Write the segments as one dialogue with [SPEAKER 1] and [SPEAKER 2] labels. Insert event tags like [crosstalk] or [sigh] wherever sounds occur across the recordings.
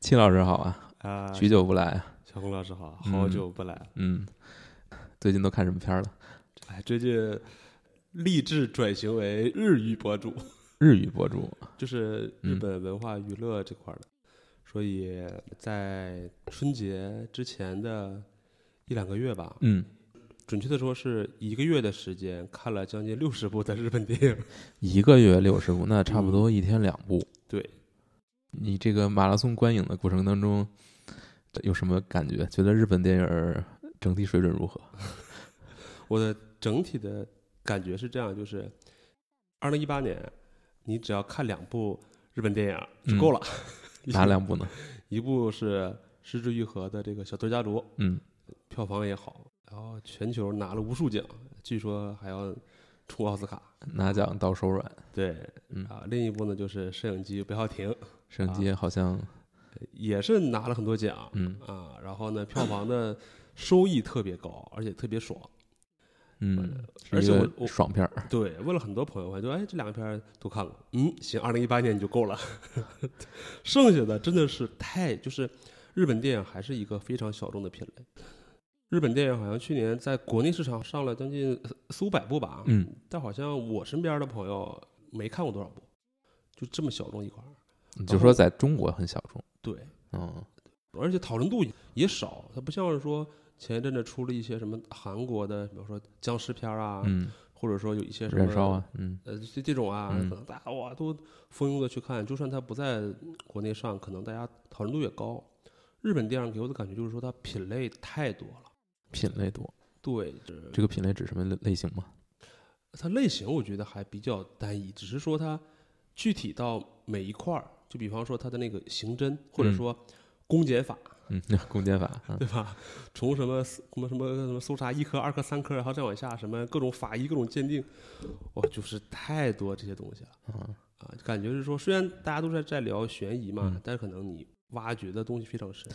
[SPEAKER 1] 戚老师好啊，
[SPEAKER 2] 啊，
[SPEAKER 1] 许久不来啊，
[SPEAKER 2] 小红老师好，
[SPEAKER 1] 嗯
[SPEAKER 2] 好久不来了。
[SPEAKER 1] 嗯，最近都看什么片儿了？
[SPEAKER 2] 哎，最近立志转型为日语博主，
[SPEAKER 1] 日语博主，
[SPEAKER 2] 就是
[SPEAKER 1] 嗯
[SPEAKER 2] 日本文化娱乐这块儿的。所以在春节之前的一两个月吧，
[SPEAKER 1] 嗯，
[SPEAKER 2] 准确的说是一个月的时间，看了将近六十部的日本电影。
[SPEAKER 1] 一个月六十部，那差不多一天两部。
[SPEAKER 2] 嗯对，
[SPEAKER 1] 你这个马拉松观影的过程当中，有什么感觉？觉得日本电影儿整体水准如何？
[SPEAKER 2] 我的整体的感觉是这样，就是二零一八年，你只要看两部日本电影就够了。
[SPEAKER 1] 哪嗯两部呢？
[SPEAKER 2] [laughs] 一部是失之愈合的这个《小偷家族》，
[SPEAKER 1] 嗯，
[SPEAKER 2] 票房也好，然后全球拿了无数奖，据说还要冲奥斯卡。
[SPEAKER 1] 拿奖到手软，
[SPEAKER 2] 对，
[SPEAKER 1] 嗯
[SPEAKER 2] 啊，另一部呢就是《摄影机不要停》，
[SPEAKER 1] 摄影机好像，
[SPEAKER 2] 也是拿了很多奖
[SPEAKER 1] 嗯
[SPEAKER 2] 啊，然后呢，票房的收益特别高，而且特别爽。
[SPEAKER 1] 嗯，
[SPEAKER 2] 而且
[SPEAKER 1] 是一
[SPEAKER 2] 我
[SPEAKER 1] 个
[SPEAKER 2] 我
[SPEAKER 1] 爽片儿，
[SPEAKER 2] 对，问了很多朋友，我说哎，这两个片儿都看过，嗯，行，二零一八年你就够了， [laughs] 剩下的真的是太就是日本电影还是一个非常小众的品类。日本电影好像去年在国内市场上了将近呃四五百部吧，
[SPEAKER 1] 嗯，
[SPEAKER 2] 但好像我身边的朋友没看过多少部，就这么小众一块儿。
[SPEAKER 1] 你就说在中国很小众，
[SPEAKER 2] 对，
[SPEAKER 1] 嗯
[SPEAKER 2] 啊而且讨论度也少，它不像是说前一阵子出了一些什么韩国的，比如说僵尸片儿啊，
[SPEAKER 1] 嗯，
[SPEAKER 2] 或者说有一些什么
[SPEAKER 1] 燃烧啊，嗯
[SPEAKER 2] 呃，这这种啊，
[SPEAKER 1] 嗯
[SPEAKER 2] 可能大家哇都蜂拥的去看，就算它不在国内上，可能大家讨论度也高。日本电影给我的感觉就是说它品类太多了，
[SPEAKER 1] 品类多，
[SPEAKER 2] 对，就是
[SPEAKER 1] 这个品类指什么类类型吗？
[SPEAKER 2] 它类型我觉得还比较单一，只是说它具体到每一块儿，就比方说它的那个刑侦，或者
[SPEAKER 1] 嗯
[SPEAKER 2] 说公检法，
[SPEAKER 1] 嗯， [laughs] 攻坚法，嗯
[SPEAKER 2] 对吧？ [laughs] 从什么搜什么什么什么搜查一科、二科、三科，然后再往下什么各种法医、各种鉴定，哇，就是太多这些东西了。
[SPEAKER 1] 嗯
[SPEAKER 2] 啊，感觉是说，虽然大家都在在聊悬疑嘛，
[SPEAKER 1] 嗯
[SPEAKER 2] 但是可能你挖掘的东西非常深。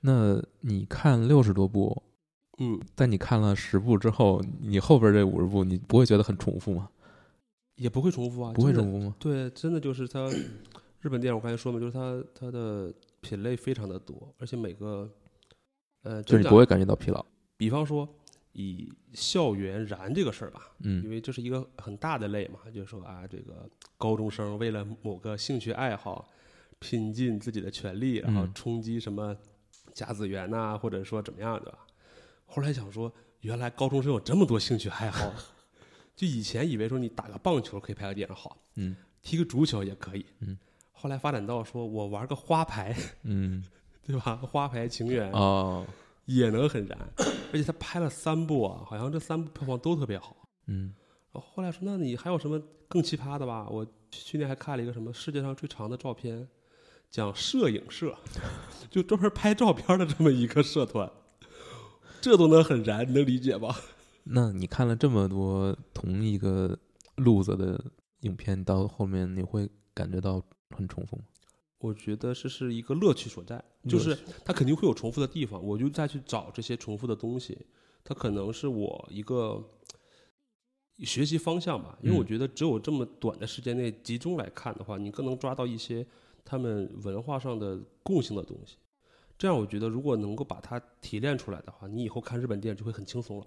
[SPEAKER 1] 那你看六十多部，
[SPEAKER 2] 嗯，
[SPEAKER 1] 但你看了十部之后，你后边这五十部，你不会觉得很重复吗？
[SPEAKER 2] 也不会重复啊，
[SPEAKER 1] 不会
[SPEAKER 2] 真的
[SPEAKER 1] 重。复吗？
[SPEAKER 2] 对，真的就是它，日本电影我刚才说嘛，就是它它的品类非常的多，而且每个，呃，
[SPEAKER 1] 就是
[SPEAKER 2] 真
[SPEAKER 1] 你
[SPEAKER 2] 的
[SPEAKER 1] 不会感觉到疲劳。
[SPEAKER 2] 比方说以校园燃这个事儿吧，
[SPEAKER 1] 嗯
[SPEAKER 2] 因为这是一个很大的类嘛，就是说啊，这个高中生为了某个兴趣爱好，拼尽自己的全力，然后
[SPEAKER 1] 嗯
[SPEAKER 2] 冲击什么甲子园呐、或者说怎么样，对吧？后来想说，原来高中生有这么多兴趣爱好，就以前以为说你打个棒球可以拍个电影好，
[SPEAKER 1] 嗯
[SPEAKER 2] 踢个足球也可以，
[SPEAKER 1] 嗯，
[SPEAKER 2] 后来发展到说我玩个花牌， [laughs]
[SPEAKER 1] 嗯
[SPEAKER 2] 对吧？花牌情缘
[SPEAKER 1] 哦
[SPEAKER 2] 也能很燃，而且他拍了三部啊，好像这三部票房都特别好。
[SPEAKER 1] 嗯
[SPEAKER 2] 然哦后后来说，那你还有什么更奇葩的吧？我去年还看了一个什么世界上最长的照片，讲摄影社， [laughs] 就专门拍照片的这么一个社团，这都能很燃，你能理解吧？
[SPEAKER 1] 那你看了这么多同一个路子的影片，到后面你会感觉到很重复吗？
[SPEAKER 2] 我觉得这是一个乐趣所在，就是它肯定会有重复的地方，我就再去找这些重复的东西，它可能是我一个学习方向吧。因为我
[SPEAKER 1] 嗯
[SPEAKER 2] 觉得只有这么短的时间内集中来看的话，你更能抓到一些他们文化上的共性的东西。这样我觉得，如果能够把它提炼出来的话，你以后看日本电影就会很轻松了。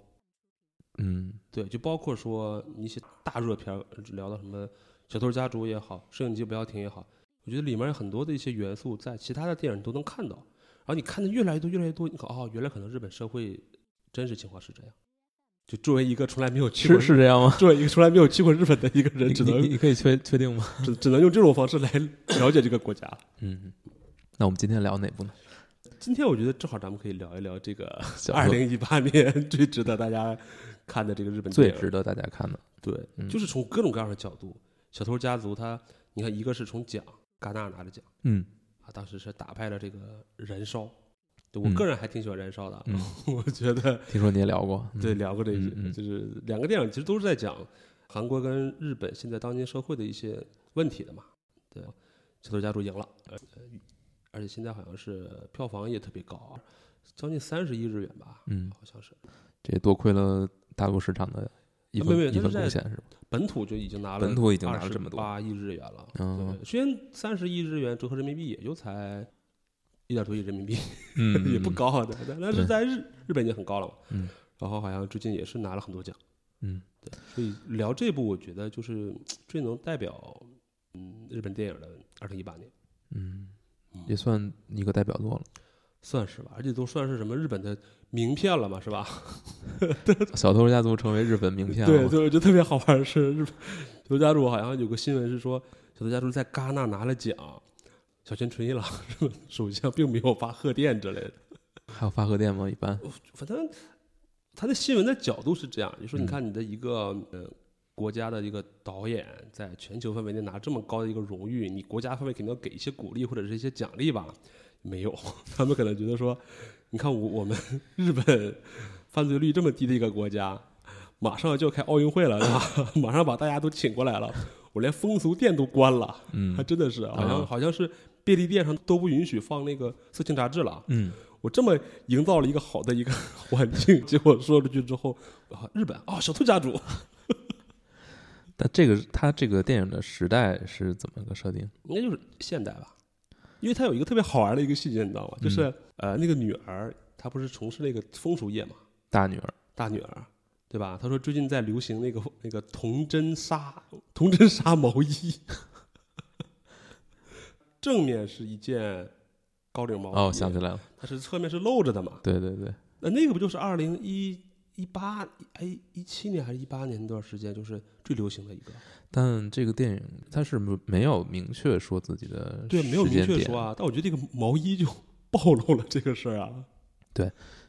[SPEAKER 1] 嗯
[SPEAKER 2] 对，就包括说一些大热片儿，聊到什么《小偷家族》也好，《摄影机不要停》也好，我觉得里面有很多的一些元素在其他的电影都能看到。然后你看的越来越多，越来越多，你看哦，原来可能日本社会真实情况是这样。就作为一个从来没有去过
[SPEAKER 1] 是是
[SPEAKER 2] 日，
[SPEAKER 1] 这样吗？
[SPEAKER 2] [laughs] 作为一个从来没有去过日本的一个
[SPEAKER 1] 你
[SPEAKER 2] 人，只
[SPEAKER 1] 你
[SPEAKER 2] 能
[SPEAKER 1] 你可以确确定吗？
[SPEAKER 2] 只只能用这种方式来了解这个国家。
[SPEAKER 1] 嗯，那我们今天聊哪部呢？
[SPEAKER 2] 今天我觉得正好咱们可以聊一聊这个
[SPEAKER 1] 小
[SPEAKER 2] 二
[SPEAKER 1] 说
[SPEAKER 2] 零一八年最值得大家看的这个日本
[SPEAKER 1] 最
[SPEAKER 2] 电影
[SPEAKER 1] 值得大家看的，
[SPEAKER 2] 对，
[SPEAKER 1] 嗯
[SPEAKER 2] 就是从各种各样的角度，《小偷家族》它，你看，一个是从奖，戛纳拿的奖
[SPEAKER 1] 嗯
[SPEAKER 2] 啊，当时是打败了这个《燃烧》对，我
[SPEAKER 1] 嗯
[SPEAKER 2] 个人还挺喜欢《燃烧》的啊，
[SPEAKER 1] 嗯，
[SPEAKER 2] [laughs] 我觉得
[SPEAKER 1] 听说你也聊过，嗯
[SPEAKER 2] 对，聊过这一些，
[SPEAKER 1] 嗯嗯
[SPEAKER 2] 就是两个电影其实都是在讲韩国跟日本现在当今社会的一些问题的嘛。对，《小偷家族》赢了，呃而且现在好像是票房也特别高啊，将近三十亿日元吧，
[SPEAKER 1] 嗯，
[SPEAKER 2] 好像是
[SPEAKER 1] 这多亏了大陆市场的一
[SPEAKER 2] 啊没
[SPEAKER 1] 份
[SPEAKER 2] 有它
[SPEAKER 1] 一
[SPEAKER 2] 是
[SPEAKER 1] 份
[SPEAKER 2] 在
[SPEAKER 1] 贡献是吧？
[SPEAKER 2] 本土就已经拿了
[SPEAKER 1] 本土已经拿了这么多，
[SPEAKER 2] 八亿日元了。
[SPEAKER 1] 嗯
[SPEAKER 2] 对，虽然三十亿日元折合人民币也就才一点多亿人民币，
[SPEAKER 1] 嗯，
[SPEAKER 2] [laughs] 也不高的，但但是
[SPEAKER 1] 对
[SPEAKER 2] 在日日本已经很高了嘛。
[SPEAKER 1] 嗯，
[SPEAKER 2] 然后好像最近也是拿了很多奖，
[SPEAKER 1] 嗯，
[SPEAKER 2] 对，所以聊这部，我觉得就是最能代表嗯日本电影的二零一八年，
[SPEAKER 1] 嗯，也算一个代表
[SPEAKER 2] [laughs]
[SPEAKER 1] 作了。
[SPEAKER 2] 算是吧，而且都算是什么日本的名片了嘛，是吧？
[SPEAKER 1] 小偷家族成为日本名片啊
[SPEAKER 2] 对
[SPEAKER 1] 了。
[SPEAKER 2] 对，我觉得特别好玩儿是日本小偷家族好像有个新闻是说小偷家族在戛纳拿了奖，小泉纯一郎是吧首相并没有发贺电之类的，
[SPEAKER 1] 还有发贺电吗？一般，
[SPEAKER 2] 反正他的新闻的角度是这样，就说你
[SPEAKER 1] 嗯
[SPEAKER 2] 看你的一个、呃国家的一个导演在全球范围内拿这么高的一个荣誉，你国家范围肯定要给一些鼓励或者是一些奖励吧？没有， [laughs] 他们可能觉得说，你看我我们 [laughs] 日本犯罪率这么低的一个国家，马上就要开奥运会了，是吧？ [laughs] 马上把大家都请过来了，我连风俗店都关了，
[SPEAKER 1] 嗯
[SPEAKER 2] 还真的是，好像、
[SPEAKER 1] 啊
[SPEAKER 2] 好像是便利店上都不允许放那个色情杂志了。
[SPEAKER 1] 嗯，
[SPEAKER 2] 我这么营造了一个好的一个 [laughs] 环境，结果说出去之后，啊，日本啊、小兔家 [laughs] 族，
[SPEAKER 1] 但这个它这个电影的时代是怎么个设定？
[SPEAKER 2] 应该就是现代吧，因为它有一个特别好玩的一个细节，你知道吗？就是、呃，那个女儿她不是从事那个风俗业嘛，
[SPEAKER 1] 大女儿，
[SPEAKER 2] 大女儿，对吧？她说最近在流行那个那个童真纱， [laughs] 童真纱毛衣， [laughs] 正面是一件高领毛衣，
[SPEAKER 1] 哦，想起来了，
[SPEAKER 2] 它是侧面是露着的嘛，
[SPEAKER 1] 对对对，
[SPEAKER 2] 呃那那个不就是二零一一八哎一七年还是一八年那段时间，就是最流行的一个？
[SPEAKER 1] 但这个电影它是没没有明确说自己的
[SPEAKER 2] 对，没有
[SPEAKER 1] 时
[SPEAKER 2] 明
[SPEAKER 1] 间
[SPEAKER 2] 确
[SPEAKER 1] 点
[SPEAKER 2] 说，啊，但我觉得这个毛衣就暴露了这个事儿啊。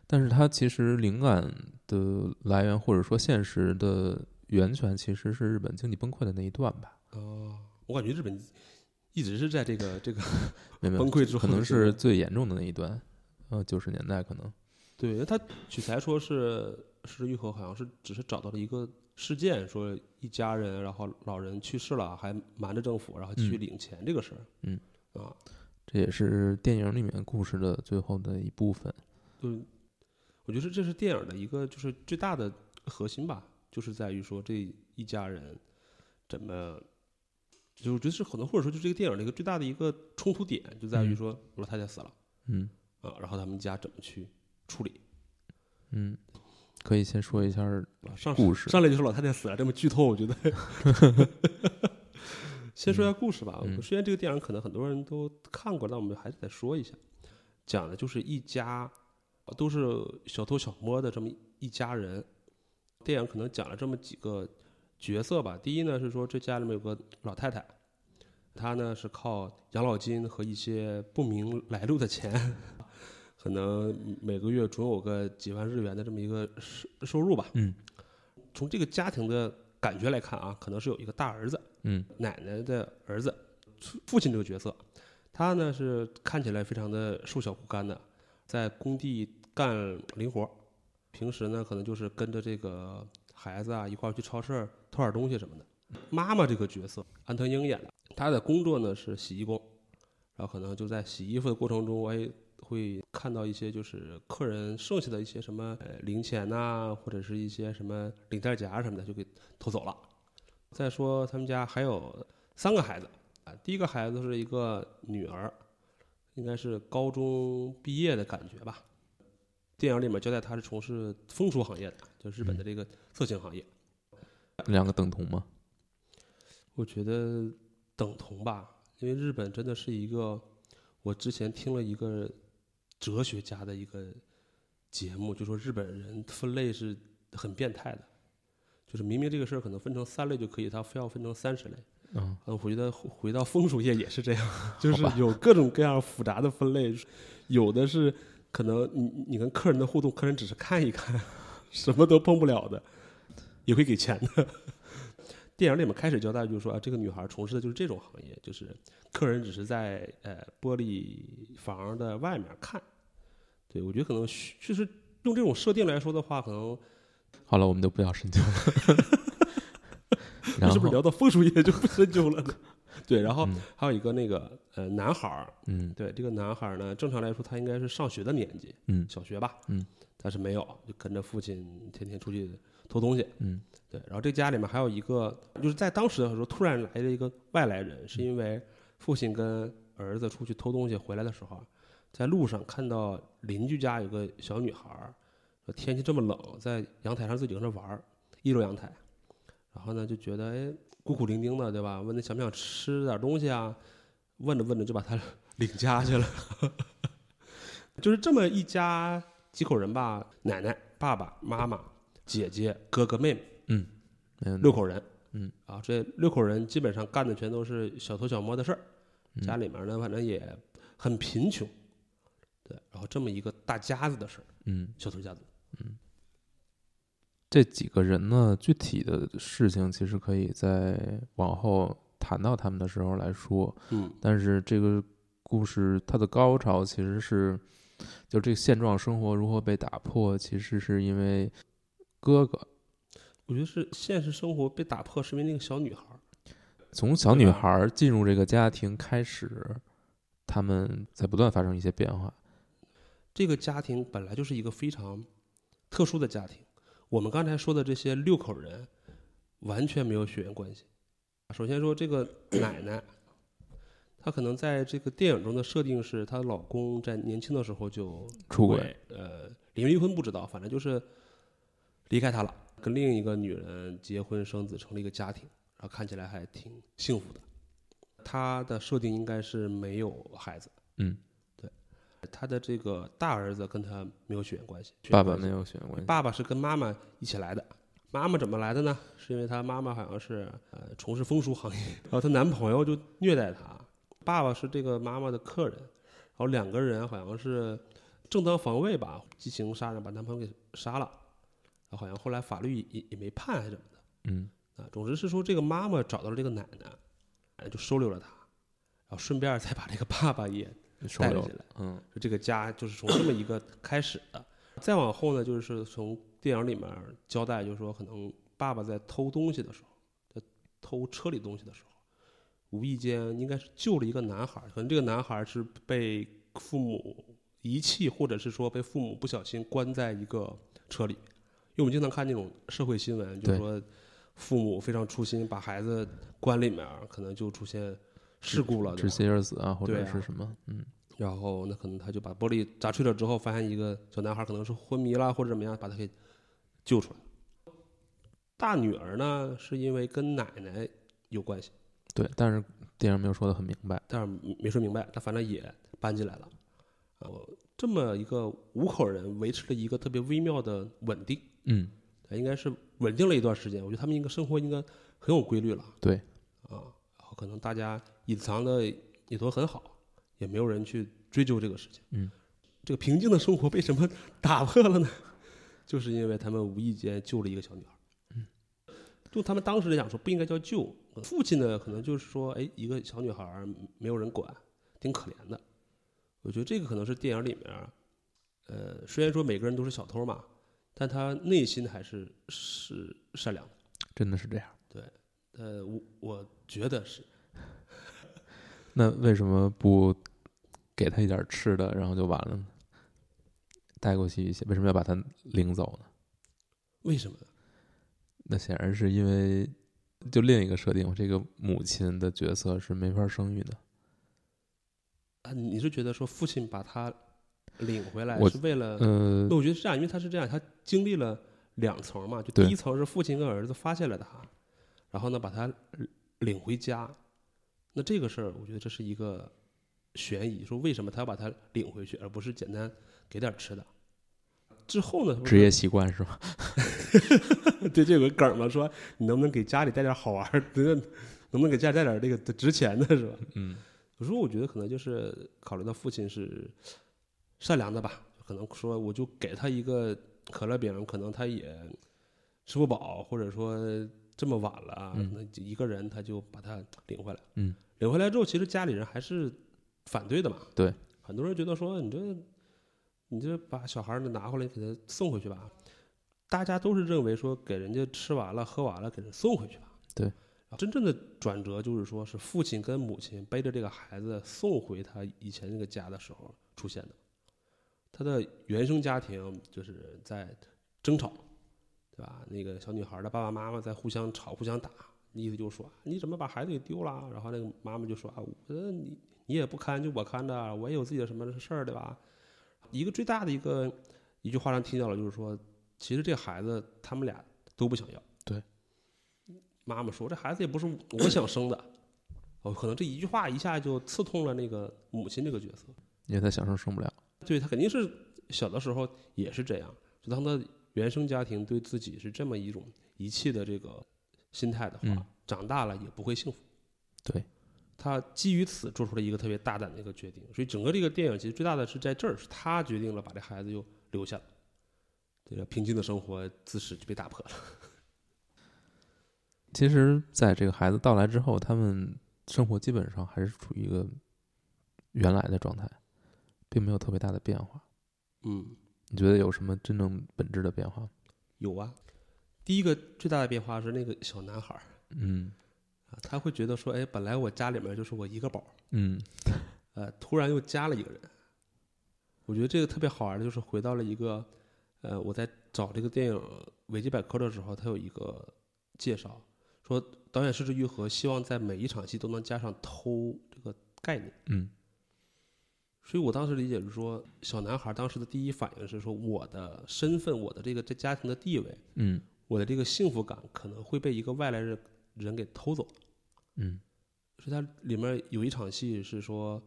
[SPEAKER 1] 但是它其实灵感的来源或者说现实的源泉其实是日本经济崩溃的那一段吧？
[SPEAKER 2] 哦，我感觉日本一直是在这个这个
[SPEAKER 1] 没有没
[SPEAKER 2] 崩
[SPEAKER 1] 有，
[SPEAKER 2] 溃之后，
[SPEAKER 1] 可能是最严重的那一段，呃，九十年代可能，
[SPEAKER 2] 对，因为他取材说是是愈合，好像是只是找到了一个事件，说一家人，然后老人去世了，还瞒着政府，然后去
[SPEAKER 1] 嗯
[SPEAKER 2] 领钱这个事儿。
[SPEAKER 1] 嗯
[SPEAKER 2] 啊，
[SPEAKER 1] 这也是电影里面故事的最后的一部分。
[SPEAKER 2] 对，嗯我觉得这是电影的一个就是最大的核心吧，就是在于说这一家人怎么，就我觉得是可能或者说就这个电影的一个最大的一个冲突点，就在于
[SPEAKER 1] 嗯
[SPEAKER 2] 说老太太死了
[SPEAKER 1] 嗯，
[SPEAKER 2] 啊，然后他们家怎么去处理
[SPEAKER 1] 嗯，可以先说一下儿
[SPEAKER 2] 啊？上
[SPEAKER 1] 故事。
[SPEAKER 2] 上来就说老太太死了，这么剧透，我觉得。先说一下故事吧。
[SPEAKER 1] 嗯
[SPEAKER 2] 虽然这个电影可能很多人都看过，但我们还是得说一下。讲的就是一家呃都是小偷小摸的这么一家人。电影可能讲了这么几个角色吧。第一呢是说这家里面有个老太太，她呢是靠养老金和一些不明来路的钱， [laughs] 可能每个月总有个几万日元的这么一个收收入吧。
[SPEAKER 1] 嗯
[SPEAKER 2] 从这个家庭的感觉来看啊，可能是有一个大儿子，
[SPEAKER 1] 嗯
[SPEAKER 2] 奶奶的儿子，父父亲这个角色，他呢是看起来非常的瘦小骨干的，在工地干零活儿，平时呢可能就是跟着这个孩子啊一块儿去超市偷点东西什么的。妈妈这个角色，安藤英演的，她的工作呢是洗衣工，然后可能就在洗衣服的过程中，哎，会看到一些就是客人剩下的一些什么呃零钱呐、或者是一些什么领带夹什么的，就给偷走了。再说他们家还有三个孩子啊，第一个孩子是一个女儿，应该是高中毕业的感觉吧。电影里面交代她是从事风俗行业的，就是日本的这个色情行业。
[SPEAKER 1] 两个等同吗？
[SPEAKER 2] 我觉得等同吧，因为日本真的是一个，我之前听了一个哲学家的一个节目，就说日本人分类是很变态的，就是明明这个事儿可能分成三类就可以，他非要分成三十类。
[SPEAKER 1] 嗯，
[SPEAKER 2] 嗯，我觉得回回到风俗业也是这样， [laughs] 就是
[SPEAKER 1] 吧
[SPEAKER 2] 有各种各样复杂的分类，有的是可能你你跟客人的互动，客人只是看一看， [laughs] 什么都碰不了的，也会给钱的。 [laughs] 电影里面开始交代就是说啊，这个女孩从事的就是这种行业，就是客人只是在呃玻璃房的外面看。对，我觉得可能需就是用这种设定来说的话，可能
[SPEAKER 1] 好了，我们就不要深究了。然
[SPEAKER 2] 是不是
[SPEAKER 1] 后，
[SPEAKER 2] 聊到风俗业就不深究
[SPEAKER 1] [laughs]
[SPEAKER 2] 了呢？对，然后
[SPEAKER 1] 嗯
[SPEAKER 2] 还有一个那个呃男孩儿，
[SPEAKER 1] 嗯
[SPEAKER 2] 对，这个男孩呢，正常来说他应该是上学的年纪，
[SPEAKER 1] 嗯
[SPEAKER 2] 小学吧，
[SPEAKER 1] 嗯，
[SPEAKER 2] 但是没有，就跟着父亲天天出去偷东西。
[SPEAKER 1] 嗯
[SPEAKER 2] 对，然后这家里面还有一个，就是在当时的时候突然来了一个外来人，是因为父亲跟儿子出去偷东西回来的时候，在路上看到邻居家有个小女孩儿，说天气这么冷，在阳台上自己搁那玩儿，一楼阳台，然后呢就觉得哎孤苦伶仃的，对吧？问她想不想吃点东西啊？问着问着就把她 [laughs] 领家去了， [laughs] 就是这么一家几口人吧，奶奶、爸爸妈妈、姐姐、哥哥、妹妹。
[SPEAKER 1] 嗯，
[SPEAKER 2] 六口人，
[SPEAKER 1] 嗯，
[SPEAKER 2] 啊，这六口人基本上干的全都是小偷小摸的事儿，
[SPEAKER 1] 嗯
[SPEAKER 2] 家里面呢反正也很贫穷，对，然后这么一个大家子的事儿，
[SPEAKER 1] 嗯，
[SPEAKER 2] 小偷家族，
[SPEAKER 1] 这几个人呢，具体的事情其实可以在往后谈到他们的时候来说。
[SPEAKER 2] 嗯
[SPEAKER 1] 但是这个故事它的高潮其实是，就这个现状生活如何被打破，其实是因为哥哥
[SPEAKER 2] 我觉得是现实生活被打破，是因为那个小女孩儿，
[SPEAKER 1] 从小女孩儿进入这个家庭开始，他们在不断发生一些变化。
[SPEAKER 2] 这个家庭本来就是一个非常特殊的家庭，我们刚才说的这些六口人完全没有血缘关系。首先说这个奶奶，她可能在这个电影中的设定是她老公在年轻的时候就
[SPEAKER 1] 出轨，
[SPEAKER 2] 呃，离没离婚不知道，反正就是离开他了，跟另一个女人结婚生子，成立一个家庭，然后看起来还挺幸福的。他的设定应该是没有孩子，
[SPEAKER 1] 嗯，
[SPEAKER 2] 对，他的这个大儿子跟他没有血缘关系，血
[SPEAKER 1] 爸爸
[SPEAKER 2] 缘关系
[SPEAKER 1] 没有血缘关系。
[SPEAKER 2] 爸爸是跟妈妈一起来的。妈妈怎么来的呢？是因为她妈妈好像是呃从事风俗行业，然后她男朋友就虐待她。爸爸是这个妈妈的客人，然后两个人好像是正当防卫吧，激情杀人把男朋友给杀了，然后好像后来法律也也也没判还是怎么
[SPEAKER 1] 嗯
[SPEAKER 2] 的啊。总之是说这个妈妈找到了这个奶奶，奶奶就收留了她，然后顺便再把这个爸爸也
[SPEAKER 1] 收
[SPEAKER 2] 带了
[SPEAKER 1] 留
[SPEAKER 2] 进
[SPEAKER 1] 了
[SPEAKER 2] 来。
[SPEAKER 1] 嗯
[SPEAKER 2] 就这个家就是从这么一个开始的。再往后呢，就是从电影里面交代，就是说可能爸爸在偷东西的时候，在偷车里东西的时候，无意间应该是救了一个男孩儿，可能这个男孩儿是被父母遗弃，或者是说被父母不小心关在一个车里。因为我们经常看那种社会新闻，就
[SPEAKER 1] 对
[SPEAKER 2] 是说父母非常粗心，把孩子关里面儿，可能就出现事故了，对
[SPEAKER 1] 窒
[SPEAKER 2] 吧
[SPEAKER 1] 息而死啊，或
[SPEAKER 2] 对
[SPEAKER 1] 者
[SPEAKER 2] 啊
[SPEAKER 1] 是什么？嗯
[SPEAKER 2] 然后那可能他就把玻璃砸碎了之后，发现一个小男孩可能是昏迷了或者怎么样，把他给救出来。大女儿呢，是因为跟奶奶有关系，
[SPEAKER 1] 对。但是电影没有说的很明白。
[SPEAKER 2] 但是没说明白，她反正也搬进来了。啊，这么一个五口人维持了一个特别微妙的稳定，呃
[SPEAKER 1] 嗯，
[SPEAKER 2] 应该是稳定了一段时间。我觉得他们应该生活应该很有规律了。
[SPEAKER 1] 对
[SPEAKER 2] 啊，然后可能大家隐藏的也都很好，也没有人去追究这个事情。
[SPEAKER 1] 嗯，
[SPEAKER 2] 这个平静的生活被什么打破了呢？ [laughs] 就是因为他们无意间救了一个小女孩。嗯，就他们当时来讲说不应该叫救，父亲呢可能就是说，哎，一个小女孩儿没有人管，挺可怜的。我觉得这个可能是电影里面儿，呃，虽然说每个人都是小偷嘛，但他内心还是是善良的。
[SPEAKER 1] 真的是这样。
[SPEAKER 2] 呃，我我觉得是，
[SPEAKER 1] 那为什么不给他一点吃的，然后就完了呢？带过去一些，为什么要把他领走呢？
[SPEAKER 2] 为什么呢？
[SPEAKER 1] 那显然是因为就另一个设定，我这个母亲的角色是没法生育的。
[SPEAKER 2] 啊，你是觉得说父亲把他领回来
[SPEAKER 1] 我
[SPEAKER 2] 是为了？
[SPEAKER 1] 呃
[SPEAKER 2] 那，我觉得是这样，因为他是这样，他经历了两层嘛，就
[SPEAKER 1] 对
[SPEAKER 2] 第一层是父亲跟儿子发现了他，然后呢把他领回家。那这个事儿，我觉得这是一个悬疑，说为什么他要把他领回去，而不是简单给点吃的。之后呢，他不是
[SPEAKER 1] 职业习惯是吧？
[SPEAKER 2] [laughs] 对，这有个梗儿嘛，说你能不能给家里带点好玩儿的，能不能给家里带点这个值钱的，是吧？
[SPEAKER 1] 嗯，
[SPEAKER 2] 有时候我觉得可能就是考虑到父亲是善良的吧，可能说我就给他一个可乐饼，可能他也吃不饱，或者说这么晚了，啊
[SPEAKER 1] 嗯
[SPEAKER 2] 那一个人他就把他领回来。
[SPEAKER 1] 嗯，
[SPEAKER 2] 领回来之后，其实家里人还是反对的嘛。
[SPEAKER 1] 对，
[SPEAKER 2] 很多人觉得说你这你这把小孩儿拿回来给他送回去吧，大家都是认为说给人家吃完了喝完了给人送回去吧。
[SPEAKER 1] 对，
[SPEAKER 2] 真正的转折就是说是父亲跟母亲背着这个孩子送回他以前那个家的时候出现的。他的原生家庭就是在争吵，对吧？那个小女孩的爸爸妈妈在互相吵、互相打，意思就是说你怎么把孩子给丢了？然后那个妈妈就说啊，我觉得你你也不看，就我看着，我也有自己的什么事儿，对吧？一个最大的一个一句话让听到了，就是说，其实这孩子他们俩都不想要。
[SPEAKER 1] 对，
[SPEAKER 2] 妈妈说这孩子也不是我想生的，哦，可能这一句话一下就刺痛了那个母亲这个角色。
[SPEAKER 1] 因为他想生生不了。
[SPEAKER 2] 对他肯定是小的时候也是这样，就当他原生家庭对自己是这么一种遗弃的这个心态的话，
[SPEAKER 1] 嗯
[SPEAKER 2] 长大了也不会幸福。
[SPEAKER 1] 对，
[SPEAKER 2] 他基于此做出了一个特别大胆的一个决定，所以整个这个电影其实最大的是在这儿，是他决定了把这孩子又留下了，这个平静的生活自此就被打破了。
[SPEAKER 1] 其实，在这个孩子到来之后，他们生活基本上还是处于一个原来的状态，并没有特别大的变化。
[SPEAKER 2] 嗯，
[SPEAKER 1] 你觉得有什么真正本质的变化吗？
[SPEAKER 2] 有啊，第一个最大的变化是那个小男孩儿
[SPEAKER 1] 嗯
[SPEAKER 2] 啊，他会觉得说，哎，本来我家里面就是我一个宝儿，
[SPEAKER 1] 嗯，
[SPEAKER 2] 呃，突然又加了一个人。我觉得这个特别好玩的就是回到了一个，呃，我在找这个电影维基百科的时候，它有一个介绍说，导演失之愈合希望在每一场戏都能加上“偷”这个概念。
[SPEAKER 1] 嗯，
[SPEAKER 2] 所以我当时理解是说，小男孩当时的第一反应是说，我的身份，我的这个在家庭的地位，
[SPEAKER 1] 嗯
[SPEAKER 2] 我的这个幸福感可能会被一个外来人人给偷走。
[SPEAKER 1] 嗯
[SPEAKER 2] 所以它里面有一场戏是说，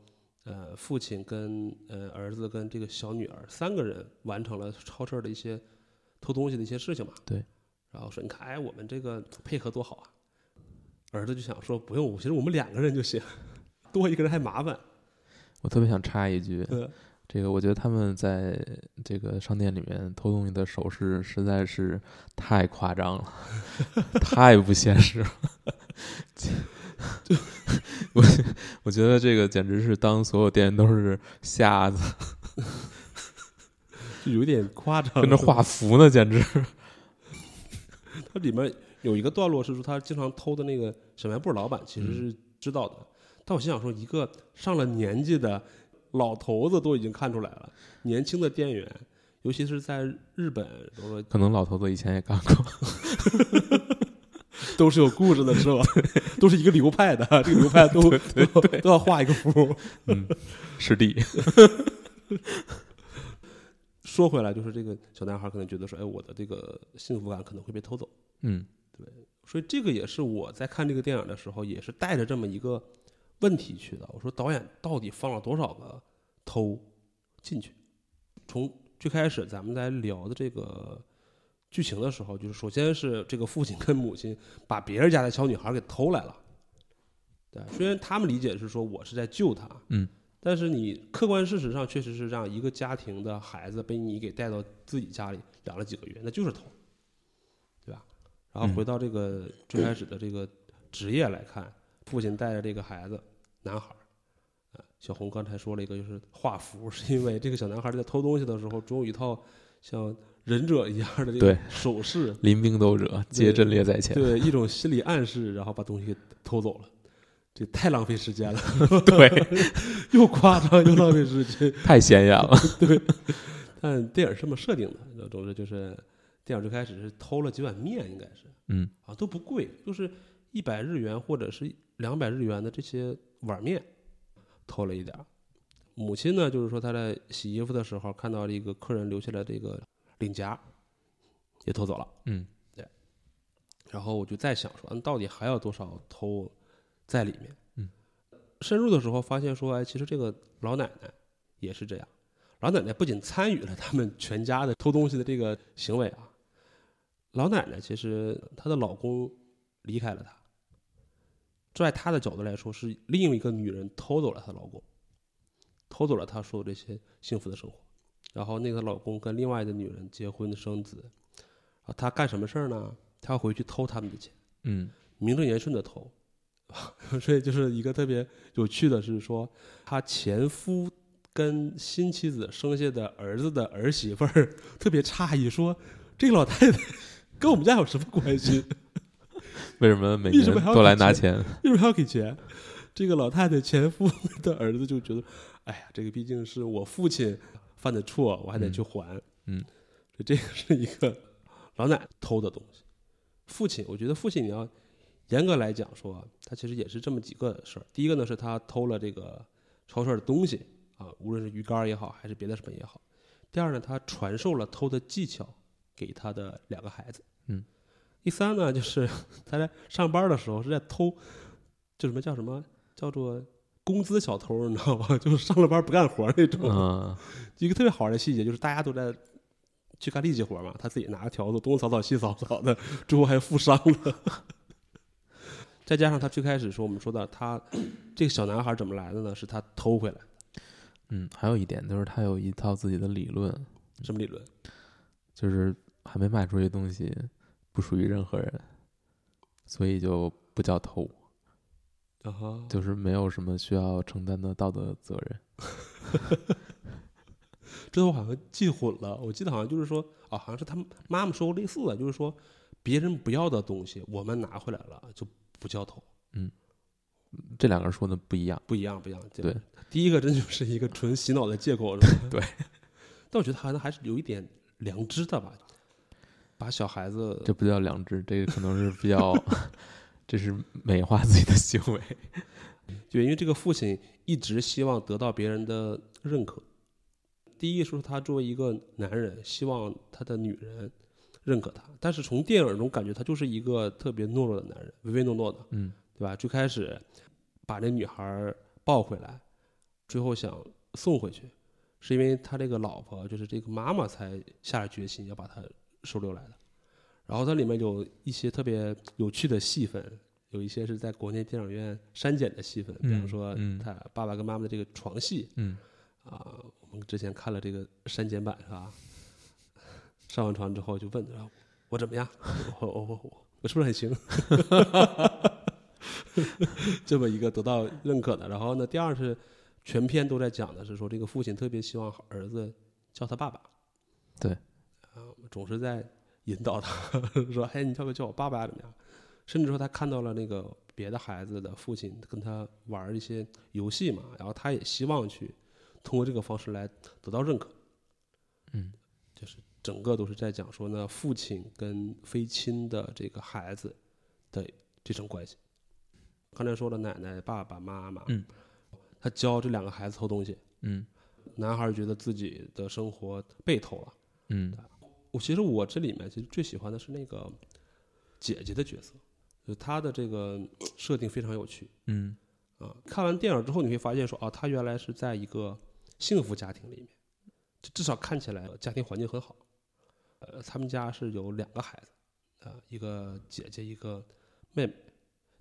[SPEAKER 2] 呃，父亲跟呃儿子跟这个小女儿三个人完成了超市的一些偷东西的一些事情嘛。
[SPEAKER 1] 对。
[SPEAKER 2] 然后说，你看，哎，我们这个配合多好啊。儿子就想说，不用，其实我们两个人就行， [laughs] 多一个人还麻烦。
[SPEAKER 1] 我特别想插一句，
[SPEAKER 2] 呃，
[SPEAKER 1] 这个我觉得他们在这个商店里面偷东西的手势实在是太夸张
[SPEAKER 2] [laughs]
[SPEAKER 1] 了，太不现实了。 [laughs] 我我觉得这个简直是当所有店都是瞎子
[SPEAKER 2] 就有点夸张。
[SPEAKER 1] 跟着画符呢，简直。
[SPEAKER 2] 它里面有一个段落是说，他经常偷的那个小卖部老板其实是知道的，但我心想说，一个上了年纪的老头子都已经看出来了，年轻的店员，尤其是在日本，都说
[SPEAKER 1] 可能老头子以前也干过，
[SPEAKER 2] 都是有故事的，是吧？ [laughs] 都是一个流派的，这个流派都都都要画一个符。 [laughs]
[SPEAKER 1] 嗯，师弟，
[SPEAKER 2] 说回来，就是这个小男孩可能觉得说，哎，我的这个幸福感可能会被偷走。
[SPEAKER 1] 嗯
[SPEAKER 2] 所以这个也是我在看这个电影的时候，也是带着这么一个问题去的。我说导演到底放了多少个偷进去？从最开始咱们在聊的这个剧情的时候，就是首先是这个父亲跟母亲把别人家的小女孩给偷来了。对，虽然他们理解是说我是在救她，
[SPEAKER 1] 嗯，
[SPEAKER 2] 但是你客观事实上确实是让一个家庭的孩子被你给带到自己家里养了几个月，那就是偷，对吧？然
[SPEAKER 1] 嗯
[SPEAKER 2] 后回到这个最开始的这个职业来看，父亲带着这个孩子，男孩儿，啊，小红刚才说了一个，就是画符， [laughs] 是因为这个小男孩在偷东西的时候，总有一套像忍者一样的这个
[SPEAKER 1] 对
[SPEAKER 2] 手势，
[SPEAKER 1] 临兵斗者，皆阵列在前。
[SPEAKER 2] 对一种心理暗示，然后把东西给偷走了。这太浪费时间了，
[SPEAKER 1] 对，
[SPEAKER 2] [laughs] 又夸张又浪费时间。
[SPEAKER 1] 太显眼了。
[SPEAKER 2] 但电影是这么设定的，总之就是电影最开始是偷了几碗面，应该是
[SPEAKER 1] 嗯
[SPEAKER 2] 啊都不贵，就是一百日元或者是两百日元的这些碗面，偷了一点儿。母亲呢，就是说她在洗衣服的时候看到了一个客人留下来这个领夹，也偷走了。
[SPEAKER 1] 嗯
[SPEAKER 2] 然后我就在想说，嗯，到底还有多少偷在里面？
[SPEAKER 1] 嗯，
[SPEAKER 2] 深入的时候发现说，哎，其实这个老奶奶也是这样。老奶奶不仅参与了他们全家的偷东西的这个行为啊，老奶奶其实她的老公离开了她，在她的角度来说，是另一个女人偷走了她的老公，偷走了她所有这些幸福的生活。然后那个老公跟另外的女人结婚生子，啊，她干什么事儿呢？她回去偷他们的钱。
[SPEAKER 1] 嗯
[SPEAKER 2] 名正言顺的偷， [laughs] 所以就是一个特别有趣的是说，他前夫跟新妻子生下的儿子的儿媳妇儿 [laughs] 特别诧异，说这个老太太 [laughs] 跟我们家有什么关系？
[SPEAKER 1] 为什么每
[SPEAKER 2] 为
[SPEAKER 1] 年
[SPEAKER 2] 什么还要
[SPEAKER 1] 都来
[SPEAKER 2] 给钱
[SPEAKER 1] 拿钱？
[SPEAKER 2] 为什么还要给钱？这个老太太前夫的儿子就觉得，哎呀，这个毕竟是我父亲犯的错，我还得去还。
[SPEAKER 1] 嗯，
[SPEAKER 2] 所以这个是一个老奶奶偷的东西。父亲，我觉得父亲你要严格来讲说，他其实也是这么几个事儿。第一个呢是他偷了这个超市的东西啊，无论是鱼竿也好，还是别的什么也好。第二呢，他传授了偷的技巧给他的两个孩子。
[SPEAKER 1] 嗯。
[SPEAKER 2] 第三呢，就是 [laughs] 他在上班的时候是在偷，就什么叫什么叫做工资小偷，你知道吗？ [laughs] 就是上了班不干活那种。
[SPEAKER 1] 嗯，
[SPEAKER 2] 一个特别好玩的细节就是大家都在去干力气活嘛，他自己拿着条子东扫扫西扫扫的，最后还负伤了。 [laughs] 再加上他最开始说我们说的他这个小男孩怎么来的呢？是他偷回来的
[SPEAKER 1] 嗯，还有一点就是他有一套自己的理论，
[SPEAKER 2] 什么理论？
[SPEAKER 1] 就是还没卖出去的东西不属于任何人，所以就不叫偷，
[SPEAKER 2] 啊哈，
[SPEAKER 1] 就是没有什么需要承担的道德责任。
[SPEAKER 2] 这我好像记混了，我记得好像就是说啊，好像是他妈妈说过类似的，就是说别人不要的东西我们拿回来了就不叫偷，
[SPEAKER 1] 这两个人说的不一样。
[SPEAKER 2] 不一样不一样。这
[SPEAKER 1] 对，
[SPEAKER 2] 第一个真就是一个纯洗脑的借口，是吧
[SPEAKER 1] 对。
[SPEAKER 2] 但我觉得好像还是有一点良知的吧，把小孩子呃
[SPEAKER 1] 这不叫良知，这个可能是比较， [laughs] 这是美化自己的行为。
[SPEAKER 2] 对，因为这个父亲一直希望得到别人的认可。第一是他作为一个男人，希望他的女人认可他，但是从电影中感觉他就是一个特别懦弱的男人，唯唯诺诺的，
[SPEAKER 1] 嗯
[SPEAKER 2] 对吧？最开始把那女孩抱回来，最后想送回去，是因为他这个老婆就是这个妈妈才下了决心要把他收留来的。然后它里面有一些特别有趣的戏份，有一些是在国内电影院删减的戏份，比方
[SPEAKER 1] 嗯
[SPEAKER 2] 说
[SPEAKER 1] 嗯
[SPEAKER 2] 他爸爸跟妈妈的这个床戏
[SPEAKER 1] 嗯，
[SPEAKER 2] 啊，我们之前看了这个删减版是吧？ [laughs] 上完床之后就问啊我怎么样？ [laughs] 我我我我我是不是很行？ [laughs] 这么一个得到认可的。然后呢，第二是全篇都在讲的是说，这个父亲特别希望儿子叫他爸爸，
[SPEAKER 1] 对，
[SPEAKER 2] 啊，总是在引导他 [laughs] 说：“哎，你要不要叫我爸爸呀？怎么样？”甚至说他看到了那个别的孩子的父亲跟他玩一些游戏嘛，然后他也希望去通过这个方式来得到认可。
[SPEAKER 1] 嗯，
[SPEAKER 2] 就是整个都是在讲说呢，父亲跟非亲的这个孩子的这层关系。刚才说了，奶奶、爸爸妈妈，
[SPEAKER 1] 嗯，
[SPEAKER 2] 他教这两个孩子偷东西，
[SPEAKER 1] 嗯
[SPEAKER 2] 男孩觉得自己的生活被偷了。
[SPEAKER 1] 嗯
[SPEAKER 2] 我其实我这里面其实最喜欢的是那个姐姐的角色，就是她的这个呃设定非常有趣
[SPEAKER 1] 嗯
[SPEAKER 2] 啊。看完电影之后，你会发现说啊，她原来是在一个幸福家庭里面，就至少看起来呃家庭环境很好。呃，他们家是有两个孩子，啊，一个姐姐，一个妹妹。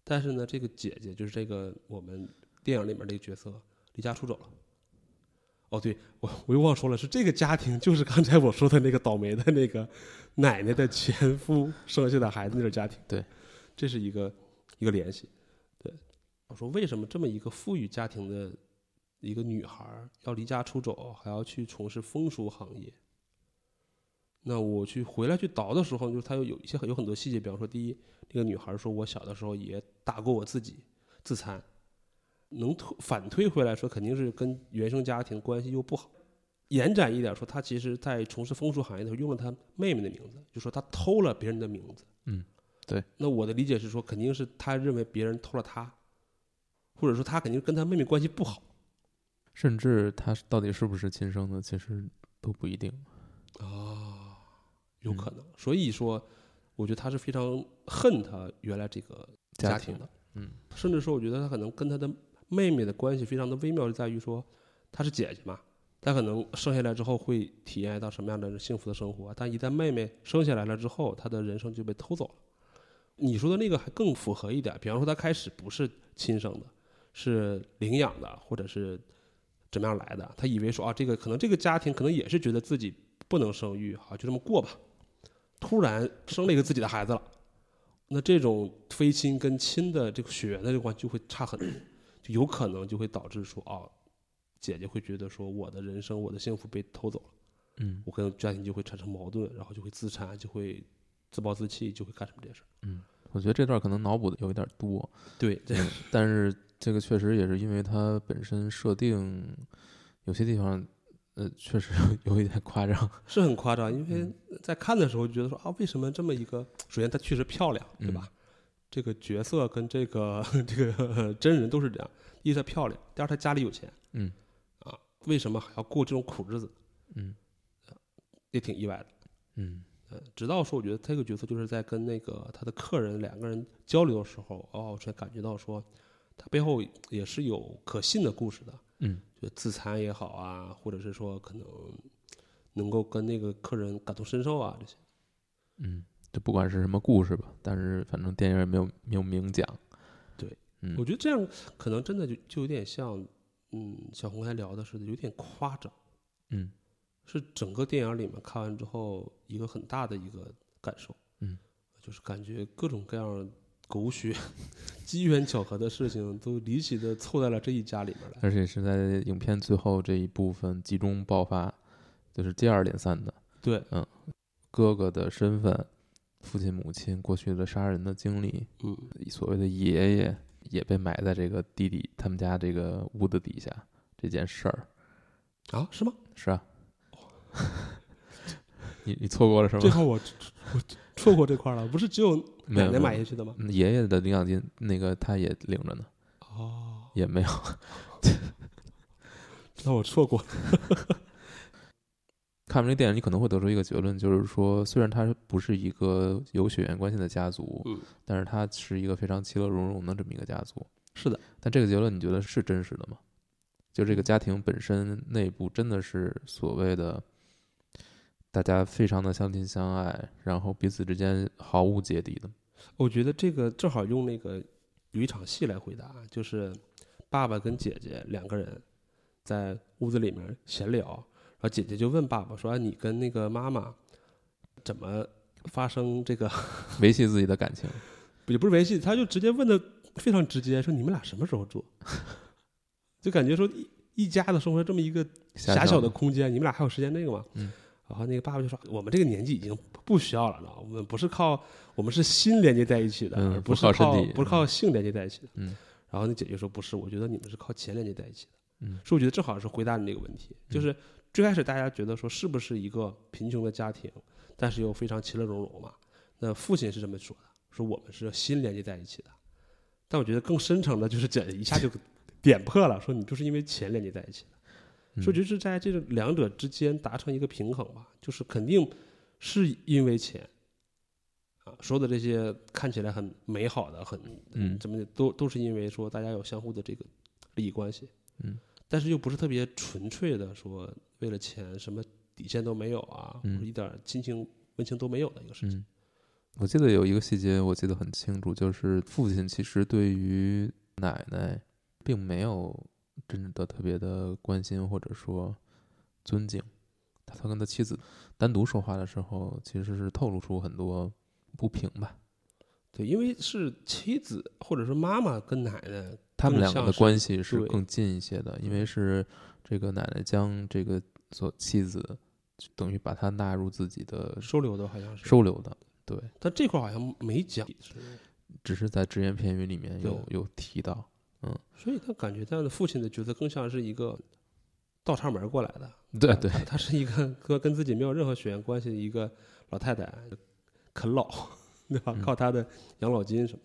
[SPEAKER 2] 但是呢，这个姐姐就是这个我们电影里面这个角色离家出走了。哦，对我我又忘说了，是这个家庭就是刚才我说的那个倒霉的那个奶奶的前夫生下的孩子那种家庭。
[SPEAKER 1] 对，
[SPEAKER 2] 这是一个一个联系。对，我说为什么这么一个富裕家庭的一个女孩儿要离家出走，还要去从事风俗行业？那我去回来去倒的时候，就是她有有一些有很多细节，比方说，第一，那个女孩说：“我小的时候也打过我自己，自残。”能推反推回来说，肯定是跟原生家庭关系又不好。延展一点说，她其实在从事风俗行业的时候用了她妹妹的名字，就说她偷了别人的名字。
[SPEAKER 1] 嗯，对。
[SPEAKER 2] 那我的理解是说，肯定是她认为别人偷了她，或者说她肯定跟她妹妹关系不好
[SPEAKER 1] 甚至他到底是不是亲生的，其实都不一定。
[SPEAKER 2] 啊、有可能。所以说，我觉得她是非常恨她原来这个家庭的，
[SPEAKER 1] 嗯，
[SPEAKER 2] 甚至说，我觉得他可能跟他的妹妹的关系非常的微妙，就在于说她是姐姐嘛，她可能生下来之后会体验到什么样的幸福的生活，啊但一旦妹妹生下来了之后，她的人生就被偷走了。你说的那个还更符合一点，比方说她开始不是亲生的，是领养的，或者是怎么样来的，她以为说啊，这个可能这个家庭可能也是觉得自己不能生育，好就这么过吧，突然生了一个自己的孩子了。那这种非亲跟亲的这个血缘的这块就会差很多，就有可能就会导致说，哦，姐姐会觉得说我的人生、我的幸福被偷走了，
[SPEAKER 1] 嗯
[SPEAKER 2] 我跟家庭就会产生矛盾，然后就会自残，就会自暴自弃，就会干什么这些事儿。
[SPEAKER 1] 嗯，我觉得这段可能脑补的有一点多，
[SPEAKER 2] 对，这
[SPEAKER 1] 但是这个确实也是因为它本身设定有些地方，呃，确实有 [laughs] 一点夸张。
[SPEAKER 2] 是很夸张，因
[SPEAKER 1] 嗯
[SPEAKER 2] 为在看的时候就觉得说啊，为什么这么一个？首先她确实漂亮，
[SPEAKER 1] 嗯
[SPEAKER 2] 对吧？ [laughs] 这个角色跟这个这个真人都是这样，第一她漂亮，第二她家里有钱，
[SPEAKER 1] 嗯，
[SPEAKER 2] 啊，为什么还要过这种苦日子？
[SPEAKER 1] 嗯
[SPEAKER 2] 也挺意外的。
[SPEAKER 1] 嗯
[SPEAKER 2] 嗯，直到说，我觉得他这个角色就是在跟那个他的客人两个人交流的时候，哦，我才感觉到说，他背后也是有可信的故事的。
[SPEAKER 1] 嗯，
[SPEAKER 2] 就自残也好啊，或者是说可能能够跟那个客人感同身受啊这些。
[SPEAKER 1] 嗯，这不管是什么故事吧，但是反正电影也没有没有明讲。
[SPEAKER 2] 对，
[SPEAKER 1] 嗯，
[SPEAKER 2] 我觉得这样可能真的就就有点像，嗯，小红刚才聊的似的，有点夸张，
[SPEAKER 1] 嗯
[SPEAKER 2] 是整个电影里面看完之后一个很大的一个感受。
[SPEAKER 1] 嗯，
[SPEAKER 2] 就是感觉各种各样狗血、机缘巧合的事情都离奇的凑在了这一家里面来。
[SPEAKER 1] 而且是在影片最后这一部分集中爆发，就是接二连三的
[SPEAKER 2] 对，
[SPEAKER 1] 哥哥的身份、父亲、母亲过去的杀人的经历，
[SPEAKER 2] 嗯，
[SPEAKER 1] 所谓的爷爷也被埋在这个弟弟他们家这个屋子底下这件事儿，
[SPEAKER 2] 啊，是吗？
[SPEAKER 1] 是啊， [laughs] 你你错过了是
[SPEAKER 2] 这
[SPEAKER 1] 吗？
[SPEAKER 2] 块我 [laughs] 我错过这块了，不是只有
[SPEAKER 1] 没
[SPEAKER 2] 奶
[SPEAKER 1] 有
[SPEAKER 2] 奶买
[SPEAKER 1] 没
[SPEAKER 2] 下
[SPEAKER 1] 有，
[SPEAKER 2] 去的吗？
[SPEAKER 1] 嗯爷爷的领养金那个他也领着呢，
[SPEAKER 2] 哦，
[SPEAKER 1] 也没有。
[SPEAKER 2] 那我错过了。
[SPEAKER 1] 看完这个电影，你可能会得出一个结论，就是说，虽然它不是一个有血缘关系的家族，
[SPEAKER 2] 嗯
[SPEAKER 1] 但是它是一个非常其乐融融的这么一个家族。
[SPEAKER 2] 是的，
[SPEAKER 1] 但这个结论，你觉得是真实的吗？就这个家庭本身内部真的是所谓的大家非常的相亲相爱，然后彼此之间毫无芥蒂的，
[SPEAKER 2] [laughs] 我觉得这个正好用那个有一场戏来回答，啊就是爸爸跟姐姐两个人在屋子里面闲聊，然后姐姐就问爸爸说：“啊你跟那个妈妈怎么发生这个 [laughs]
[SPEAKER 1] 维系自己的感情。
[SPEAKER 2] 也不是维系，他就直接问的非常直接，说你们俩什么时候住？ [laughs] 就感觉说一一家的生活这么一个狭小的空间，你们俩还有时间那个吗？
[SPEAKER 1] 嗯。
[SPEAKER 2] 然后那个爸爸就说：“我们这个年纪已经不需要了呢，我们不是靠我们是心连接在一起的，
[SPEAKER 1] 嗯
[SPEAKER 2] 而不是
[SPEAKER 1] 不靠身体
[SPEAKER 2] 不是靠性连接在一起的。”
[SPEAKER 1] 嗯。
[SPEAKER 2] 然后那姐姐说：“不是，我觉得你们是靠钱连接在一起的。”
[SPEAKER 1] 嗯
[SPEAKER 2] 所以我觉得正好是回答你这个问题，就是最开始大家觉得说是不是一个贫穷的家庭，但是又非常其乐融融嘛？那父亲是这么说的，说我们是心连接在一起的。但我觉得更深层的就是姐姐一下就点破了，说你就是因为钱连接在一起的。
[SPEAKER 1] 嗯
[SPEAKER 2] 所以就是在这种两者之间达成一个平衡吧，就是肯定是因为钱啊，所有的这些看起来很美好的、很
[SPEAKER 1] 嗯
[SPEAKER 2] 怎么的都都是因为说大家有相互的这个利益关系，
[SPEAKER 1] 嗯，
[SPEAKER 2] 但是又不是特别纯粹的说为了钱什么底线都没有啊，
[SPEAKER 1] 嗯
[SPEAKER 2] 或者一点亲情温情都没有的一个事情。
[SPEAKER 1] 嗯，我记得有一个细节，我记得很清楚，就是父亲其实对于奶奶并没有真的特别的关心或者说尊敬。他他跟他妻子单独说话的时候，其实是透露出很多不平吧。
[SPEAKER 2] 对，因为是妻子或者说妈妈跟奶奶，
[SPEAKER 1] 他们
[SPEAKER 2] 更
[SPEAKER 1] 两个
[SPEAKER 2] 像
[SPEAKER 1] 的
[SPEAKER 2] 是
[SPEAKER 1] 关系是
[SPEAKER 2] 对嗯
[SPEAKER 1] 更近一些的，因为
[SPEAKER 2] 对
[SPEAKER 1] 是这个奶奶将这个做妻子，等于把她纳入自己的
[SPEAKER 2] 收留的好像是，
[SPEAKER 1] 收留的，对，
[SPEAKER 2] 但这块好像没讲，是
[SPEAKER 1] 只是在只言片语里面有有提到。
[SPEAKER 2] 所以他感觉他的父亲的角色更像是一个倒插门过来的，
[SPEAKER 1] 对对
[SPEAKER 2] 他，他是一个跟跟自己没有任何血缘关系的一个老太太，啃老，对吧？
[SPEAKER 1] 嗯
[SPEAKER 2] 靠他的养老金什么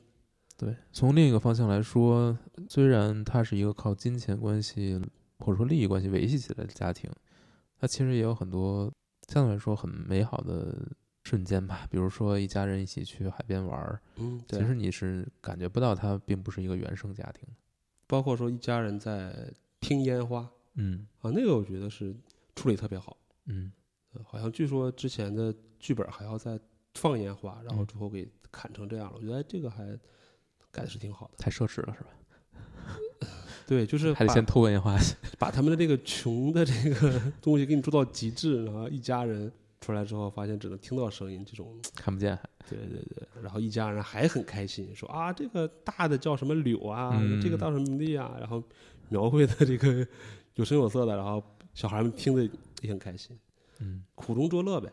[SPEAKER 1] 对，从另一个方向来说，虽然它是一个靠金钱关系或者说利益关系维系起来的家庭，它其实也有很多相对来说很美好的瞬间吧。比如说一家人一起去海边玩儿，
[SPEAKER 2] 的，嗯，
[SPEAKER 1] 其实你是感觉不到它并不是一个原生家庭。
[SPEAKER 2] 包括说一家人在听烟花
[SPEAKER 1] 嗯
[SPEAKER 2] 啊，那个我觉得是处理特别好，
[SPEAKER 1] 嗯
[SPEAKER 2] 呃好像据说之前的剧本还要再放烟花，然后
[SPEAKER 1] 嗯
[SPEAKER 2] 之后给砍成这样了，我觉得哎这个还改的是挺好的，
[SPEAKER 1] 太奢侈了是吧？
[SPEAKER 2] 对，就是
[SPEAKER 1] 还得
[SPEAKER 2] 把
[SPEAKER 1] 先偷闻烟花去。
[SPEAKER 2] 把他们的这个穷的这个 [laughs] 东西给你做到极致，然后一家人出来之后，发现只能听到声音，这种，
[SPEAKER 1] [laughs] 看不见还。
[SPEAKER 2] 对对对，然后一家人还很开心，说啊，这个大的叫什么柳啊，
[SPEAKER 1] 嗯
[SPEAKER 2] 这个叫什么地啊，然后描绘的这个 [laughs] 有声有色的，然后小孩们听的也很开心，
[SPEAKER 1] 嗯
[SPEAKER 2] 苦中作乐呗。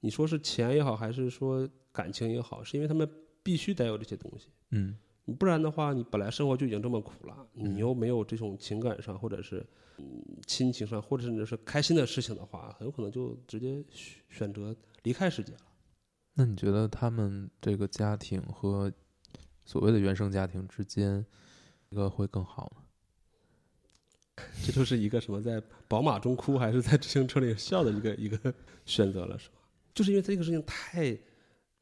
[SPEAKER 2] 你说是钱也好，还是说感情也好，是因为他们必须得有这些东西。
[SPEAKER 1] 嗯
[SPEAKER 2] 不然的话，你本来生活就已经这么苦了，
[SPEAKER 1] 嗯
[SPEAKER 2] 你又没有这种情感上或者是嗯亲情上，或者甚至是开心的事情的话，很有可能就直接选选择离开世界了。
[SPEAKER 1] 那你觉得他们这个家庭和所谓的原生家庭之间，一个会更好吗？
[SPEAKER 2] 这就是一个什么在宝马中哭还是在自行车里笑的一个一个选择了，是吧？就是因为这个事情太，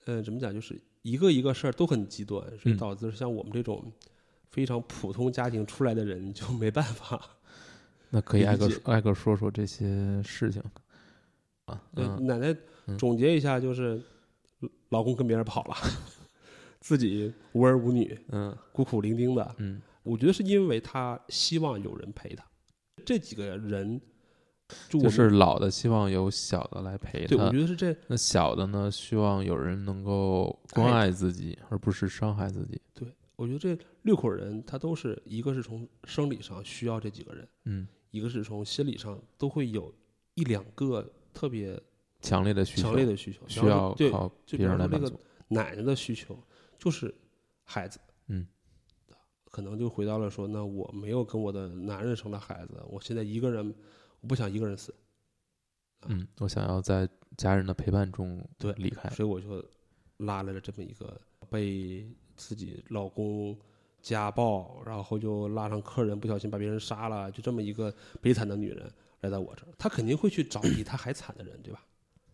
[SPEAKER 2] 呃，怎么讲，就是一个一个事儿都很极端，所以
[SPEAKER 1] 嗯
[SPEAKER 2] 导致像我们这种非常普通家庭出来的人就没办法。
[SPEAKER 1] 那可以
[SPEAKER 2] 理
[SPEAKER 1] 挨个
[SPEAKER 2] 解
[SPEAKER 1] 挨个说说这些事情啊，
[SPEAKER 2] 对，
[SPEAKER 1] 嗯，
[SPEAKER 2] [laughs] 奶奶
[SPEAKER 1] 嗯
[SPEAKER 2] 总结一下就是，老公跟别人跑了， [laughs] 自己无儿无女，
[SPEAKER 1] 嗯
[SPEAKER 2] 孤苦伶仃的。
[SPEAKER 1] 嗯
[SPEAKER 2] 我觉得是因为她希望有人陪她。这几个人，就
[SPEAKER 1] 就
[SPEAKER 2] 我们
[SPEAKER 1] 是老的希望有小的来陪
[SPEAKER 2] 对，我
[SPEAKER 1] 他，
[SPEAKER 2] 觉得是这
[SPEAKER 1] 那小的呢希望有人能够关爱自己，而不是伤害自己。
[SPEAKER 2] 对，我觉得这六口人，他都是一个是从生理上需要这几个人，
[SPEAKER 1] 嗯，
[SPEAKER 2] 一个是从心理上都会有一两个特别
[SPEAKER 1] 强烈的需求，
[SPEAKER 2] 强烈的需求，
[SPEAKER 1] 需
[SPEAKER 2] 然后
[SPEAKER 1] 要
[SPEAKER 2] 对
[SPEAKER 1] 靠
[SPEAKER 2] 就
[SPEAKER 1] 别人来
[SPEAKER 2] 比
[SPEAKER 1] 满
[SPEAKER 2] 方说
[SPEAKER 1] 足。
[SPEAKER 2] 奶奶的需求就是孩子，
[SPEAKER 1] 嗯，
[SPEAKER 2] 可能就回到了说，那我没有跟我的男人生了孩子，我现在一个人，我不想一个人死，
[SPEAKER 1] 嗯，我想要在家人的陪伴中
[SPEAKER 2] 对
[SPEAKER 1] 离开。
[SPEAKER 2] 所以我就拉来了这么一个被自己老公家暴，然后又拉上客人，不小心把别人杀了，就这么一个悲惨的女人来到我这儿，她肯定会去找比她还惨的人，对吧？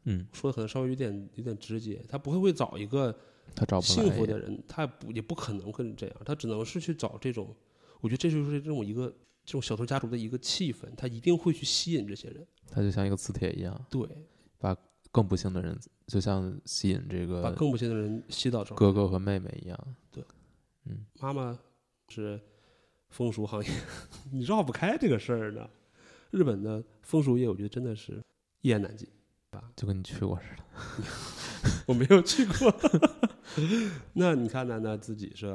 [SPEAKER 1] 嗯，
[SPEAKER 2] 说的可能稍微有点有点直接，她不会会找一个。
[SPEAKER 1] 他找不来
[SPEAKER 2] 幸福
[SPEAKER 1] 也
[SPEAKER 2] 的人，他不也不可能会这样，他只能是去找这种，我觉得这就是这种一个这种小偷家族的一个气氛，他一定会去吸引这些人，
[SPEAKER 1] 他就像一个磁铁一样，
[SPEAKER 2] 对，
[SPEAKER 1] 更不幸的人就像吸引这
[SPEAKER 2] 把
[SPEAKER 1] 个
[SPEAKER 2] 更不幸的人吸到这儿。
[SPEAKER 1] 哥哥和妹妹一样。
[SPEAKER 2] 妈妈是风俗行业， [laughs] 你绕不开这个事儿呢。日本的风俗业，我觉得真的是一言难尽。
[SPEAKER 1] 就跟你去过似的，
[SPEAKER 2] 我没有去过。 [laughs] 那你看楠楠自己是，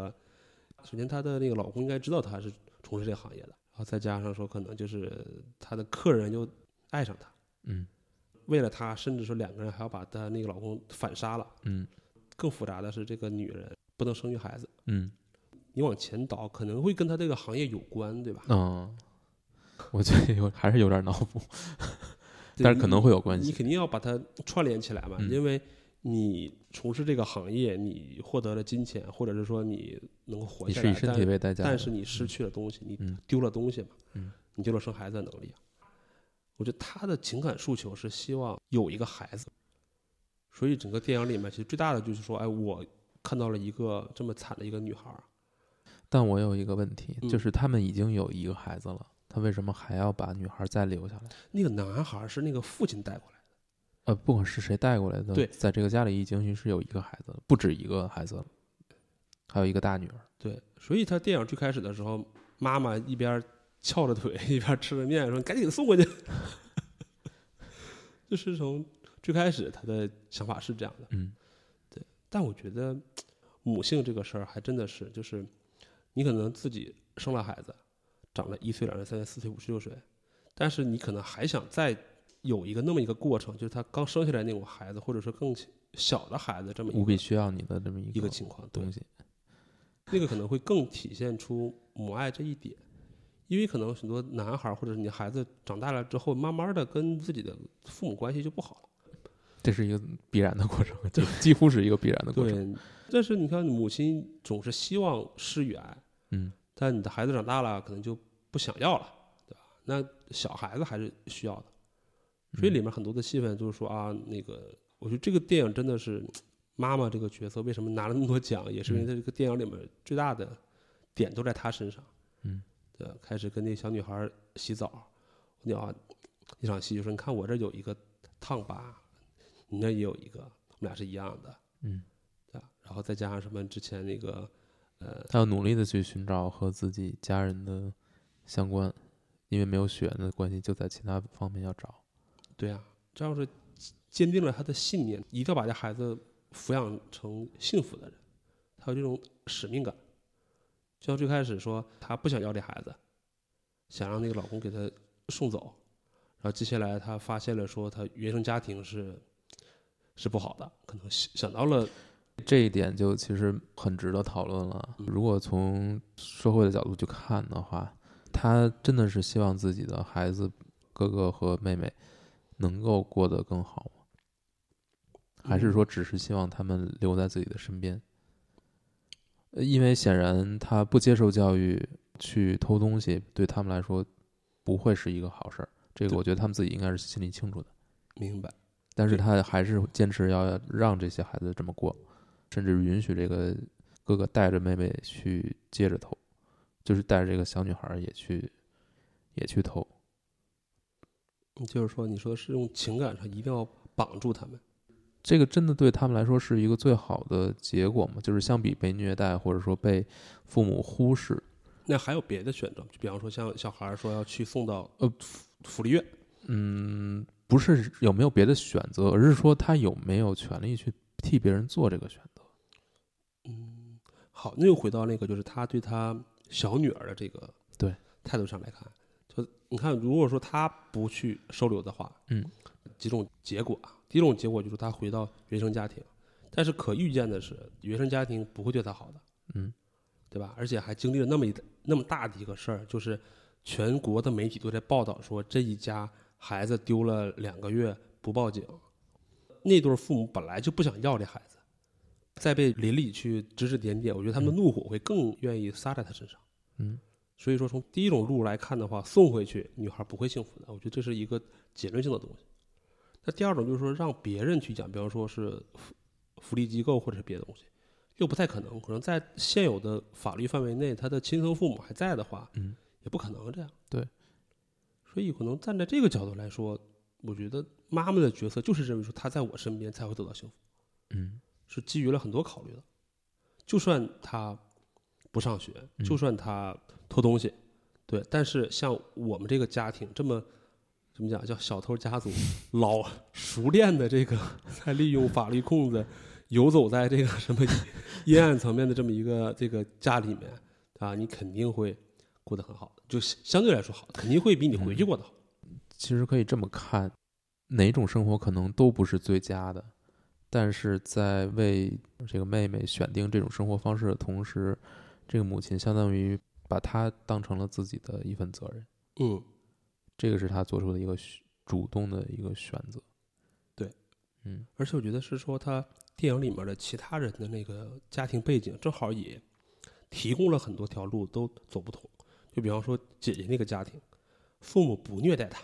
[SPEAKER 2] 首先她的那个老公应该知道她是从事这个行业的，然后再加上说可能就是她的客人又爱上她，
[SPEAKER 1] 嗯
[SPEAKER 2] 为了她，甚至说两个人还要把她那个老公反杀了。
[SPEAKER 1] 嗯
[SPEAKER 2] 更复杂的是，这个女人不能生育孩子。
[SPEAKER 1] 嗯
[SPEAKER 2] 你往前倒，可能会跟她这个行业有关，对吧？
[SPEAKER 1] 嗯，我觉得有还是有点脑补，但是可能会有关
[SPEAKER 2] 你
[SPEAKER 1] 系。
[SPEAKER 2] 肯定要把它串联起来嘛，
[SPEAKER 1] 嗯
[SPEAKER 2] 因为你从事这个行业，你获得了金钱，或者是说你能够活
[SPEAKER 1] 你
[SPEAKER 2] 下
[SPEAKER 1] 是
[SPEAKER 2] 来，
[SPEAKER 1] 以身
[SPEAKER 2] 但
[SPEAKER 1] 体为代价的，
[SPEAKER 2] 但是你失去了东西，你
[SPEAKER 1] 嗯
[SPEAKER 2] 丢了东西嘛，
[SPEAKER 1] 嗯
[SPEAKER 2] 你丢了生孩子的能力啊。我觉得他的情感诉求是希望有一个孩子，所以整个电影里面其实最大的就是说，哎，我看到了一个这么惨的一个女孩儿，啊
[SPEAKER 1] 但我有一个问题，
[SPEAKER 2] 嗯
[SPEAKER 1] 就是他们已经有一个孩子了，他为什么还要把女孩再留下来？
[SPEAKER 2] 那个男孩儿是那个父亲带过来的，
[SPEAKER 1] 呃，不管是谁带过来的，
[SPEAKER 2] 对
[SPEAKER 1] 在这个家里已经是有一个孩子了，不止一个孩子了，还有一个大女儿。
[SPEAKER 2] 对，所以他电影最开始的时候，妈妈一边翘着腿一边吃着面，说：“你赶紧给送过去。” [laughs] 就是从最开始他的想法是这样的。
[SPEAKER 1] 嗯
[SPEAKER 2] 但我觉得母性这个事儿还真的是，就是你可能自己生了孩子，长了一岁、两岁、三岁、四岁、五岁、六岁，但是你可能还想再有一个那么一个过程，就是他刚生下来那种孩子，或者说更小的孩子这么一
[SPEAKER 1] 无比
[SPEAKER 2] 个
[SPEAKER 1] 需要你的这么一
[SPEAKER 2] 一
[SPEAKER 1] 个
[SPEAKER 2] 个情况，对
[SPEAKER 1] 东，西。
[SPEAKER 2] 那个可能会更体现出母爱这一点。因为可能很多男孩儿或者是你孩子长大了之后，慢慢的跟自己的父母关系就不好了。
[SPEAKER 1] 这是一个必然的过程，几几乎是一个必然的过程。
[SPEAKER 2] 对，但是你看，母亲总是希望施与爱，
[SPEAKER 1] 嗯，
[SPEAKER 2] 但你的孩子长大了，可能就不想要了，对吧？那小孩子还是需要的，所以
[SPEAKER 1] 嗯
[SPEAKER 2] 里面很多的戏份就是说啊，那个，我觉得这个电影真的是妈妈这个角色为什么拿了那么多奖，也
[SPEAKER 1] 嗯
[SPEAKER 2] 是因为在这个电影里面最大的点都在她身上，
[SPEAKER 1] 嗯，
[SPEAKER 2] 对吧，开始跟那小女孩洗澡，我讲啊，一场戏就说，你看我这有一个烫疤，你那也有一个，我们俩是一样的，
[SPEAKER 1] 嗯，
[SPEAKER 2] 对吧？然后再加上什么之前那个。呃，
[SPEAKER 1] 他要努力的去寻找和自己家人的相关，因为没有血缘的关系，就在其他方面要找。
[SPEAKER 2] 对啊，这要是坚定了他的信念，一定要把这孩子抚养成幸福的人，他有这种使命感。就像最开始说，她不想要这孩子，想让那个老公给她送走，然后接下来她发现了说，她原生家庭是是不好的，可能想想到了
[SPEAKER 1] 这一点就其实很值得讨论了。
[SPEAKER 2] 嗯
[SPEAKER 1] 如果从社会的角度去看的话，他真的是希望自己的孩子哥哥和妹妹能够过得更好吗？
[SPEAKER 2] 嗯
[SPEAKER 1] 还是说只是希望他们留在自己的身边？呃因为显然他不接受教育，去偷东西对他们来说不会是一个好事儿。这个
[SPEAKER 2] 对
[SPEAKER 1] 我觉得他们自己应该是心里清楚的，
[SPEAKER 2] 明白，
[SPEAKER 1] 但是
[SPEAKER 2] 对
[SPEAKER 1] 他还是坚持要让这些孩子这么过，甚至允许这个哥哥带着妹妹去接着投，就是带着这个小女孩儿也去也去投。
[SPEAKER 2] 就是说你说是用情感上一定要绑住他们，
[SPEAKER 1] 这个真的对他们来说是一个最好的结果吗？就是相比被虐待或者说被父母忽视，
[SPEAKER 2] 那还有别的选择，就比方说像小孩儿说要去送到呃福福利院，
[SPEAKER 1] 嗯，不是有没有别的选择，而是说他有没有权利去替别人做这个选择。
[SPEAKER 2] 嗯，好，那又回到那个，就是他对他小女儿的这个
[SPEAKER 1] 对
[SPEAKER 2] 态度上来看，就你看，如果说他不去收留的话，
[SPEAKER 1] 嗯，
[SPEAKER 2] 几种结果啊，第一种结果就是他回到原生家庭，但是可预见的是，原生家庭不会对他好的，
[SPEAKER 1] 嗯，
[SPEAKER 2] 对吧？而且还经历了那么一那么大的一个事儿，就是全国的媒体都在报道说这一家孩子丢了两个月不报警，那对父母本来就不想要这孩子。再被邻里去指指点点，我觉得他们的怒火会更愿意撒在他身上。
[SPEAKER 1] 嗯，
[SPEAKER 2] 所以说从第一种路来看的话，送回去女孩不会幸福的，我觉得这是一个结论性的东西。那第二种就是说让别人去讲，比方说是福福利机构或者是别的东西，又不太可能，可能在现有的法律范围内，他的亲生父母还在的话，
[SPEAKER 1] 嗯，
[SPEAKER 2] 也不可能这样。
[SPEAKER 1] 对，
[SPEAKER 2] 所以可能站在这个角度来说，我觉得妈妈的角色就是认为说她在我身边才会得到幸福。
[SPEAKER 1] 嗯
[SPEAKER 2] 是基于了很多考虑的。就算他不上学，
[SPEAKER 1] 嗯
[SPEAKER 2] 就算他偷东西，对，但是像我们这个家庭这么怎么讲叫小偷家族，老熟练的这个在利用法律空子游走在这个什么阴暗层面的这么一个这个家里面啊，你肯定会过得很好，就相相对来说好，肯定会比你
[SPEAKER 1] 嗯
[SPEAKER 2] 回去过得好。
[SPEAKER 1] 其实可以这么看，哪种生活可能都不是最佳的，但是在为这个妹妹选定这种生活方式的同时，这个母亲相当于把她当成了自己的一份责任，
[SPEAKER 2] 嗯，
[SPEAKER 1] 这个是她做出的一个选主动的一个选择。
[SPEAKER 2] 对，
[SPEAKER 1] 嗯
[SPEAKER 2] 而且我觉得是说他电影里面的其他人的那个家庭背景，正好也提供了很多条路都走不通。就比方说姐姐那个家庭，父母不虐待她，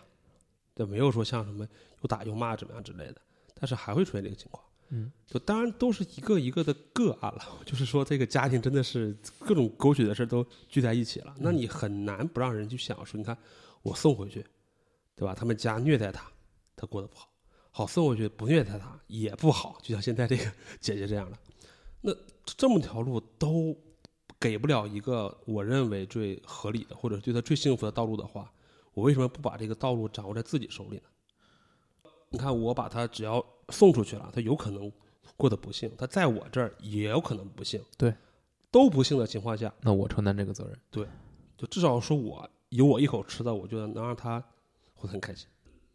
[SPEAKER 2] 对，没有说像什么又打又骂怎么样之类的，但是还会出现这个情况。
[SPEAKER 1] 嗯，
[SPEAKER 2] 就当然都是一个一个的个案了， [laughs] 就是说这个家庭真的是各种狗血的事儿都聚在一起
[SPEAKER 1] 嗯
[SPEAKER 2] 了，那你很难不让人去想说，你看我送回去，对吧？他们家虐待他，他过得不好，好送回去不虐待他也不好，就像现在这个 [laughs] 姐姐这样的，那这么条路都给不了一个我认为最合理的或者对他最幸福的道路的话，我为什么不把这个道路掌握在自己手里呢？你看，我把他只要送出去了，他有可能过得不幸，他在我这儿也有可能不幸。
[SPEAKER 1] 对，
[SPEAKER 2] 都不幸的情况下，
[SPEAKER 1] 那我承担这个责任。
[SPEAKER 2] 就至少说我有我一口吃的，我就能让他活得很开心。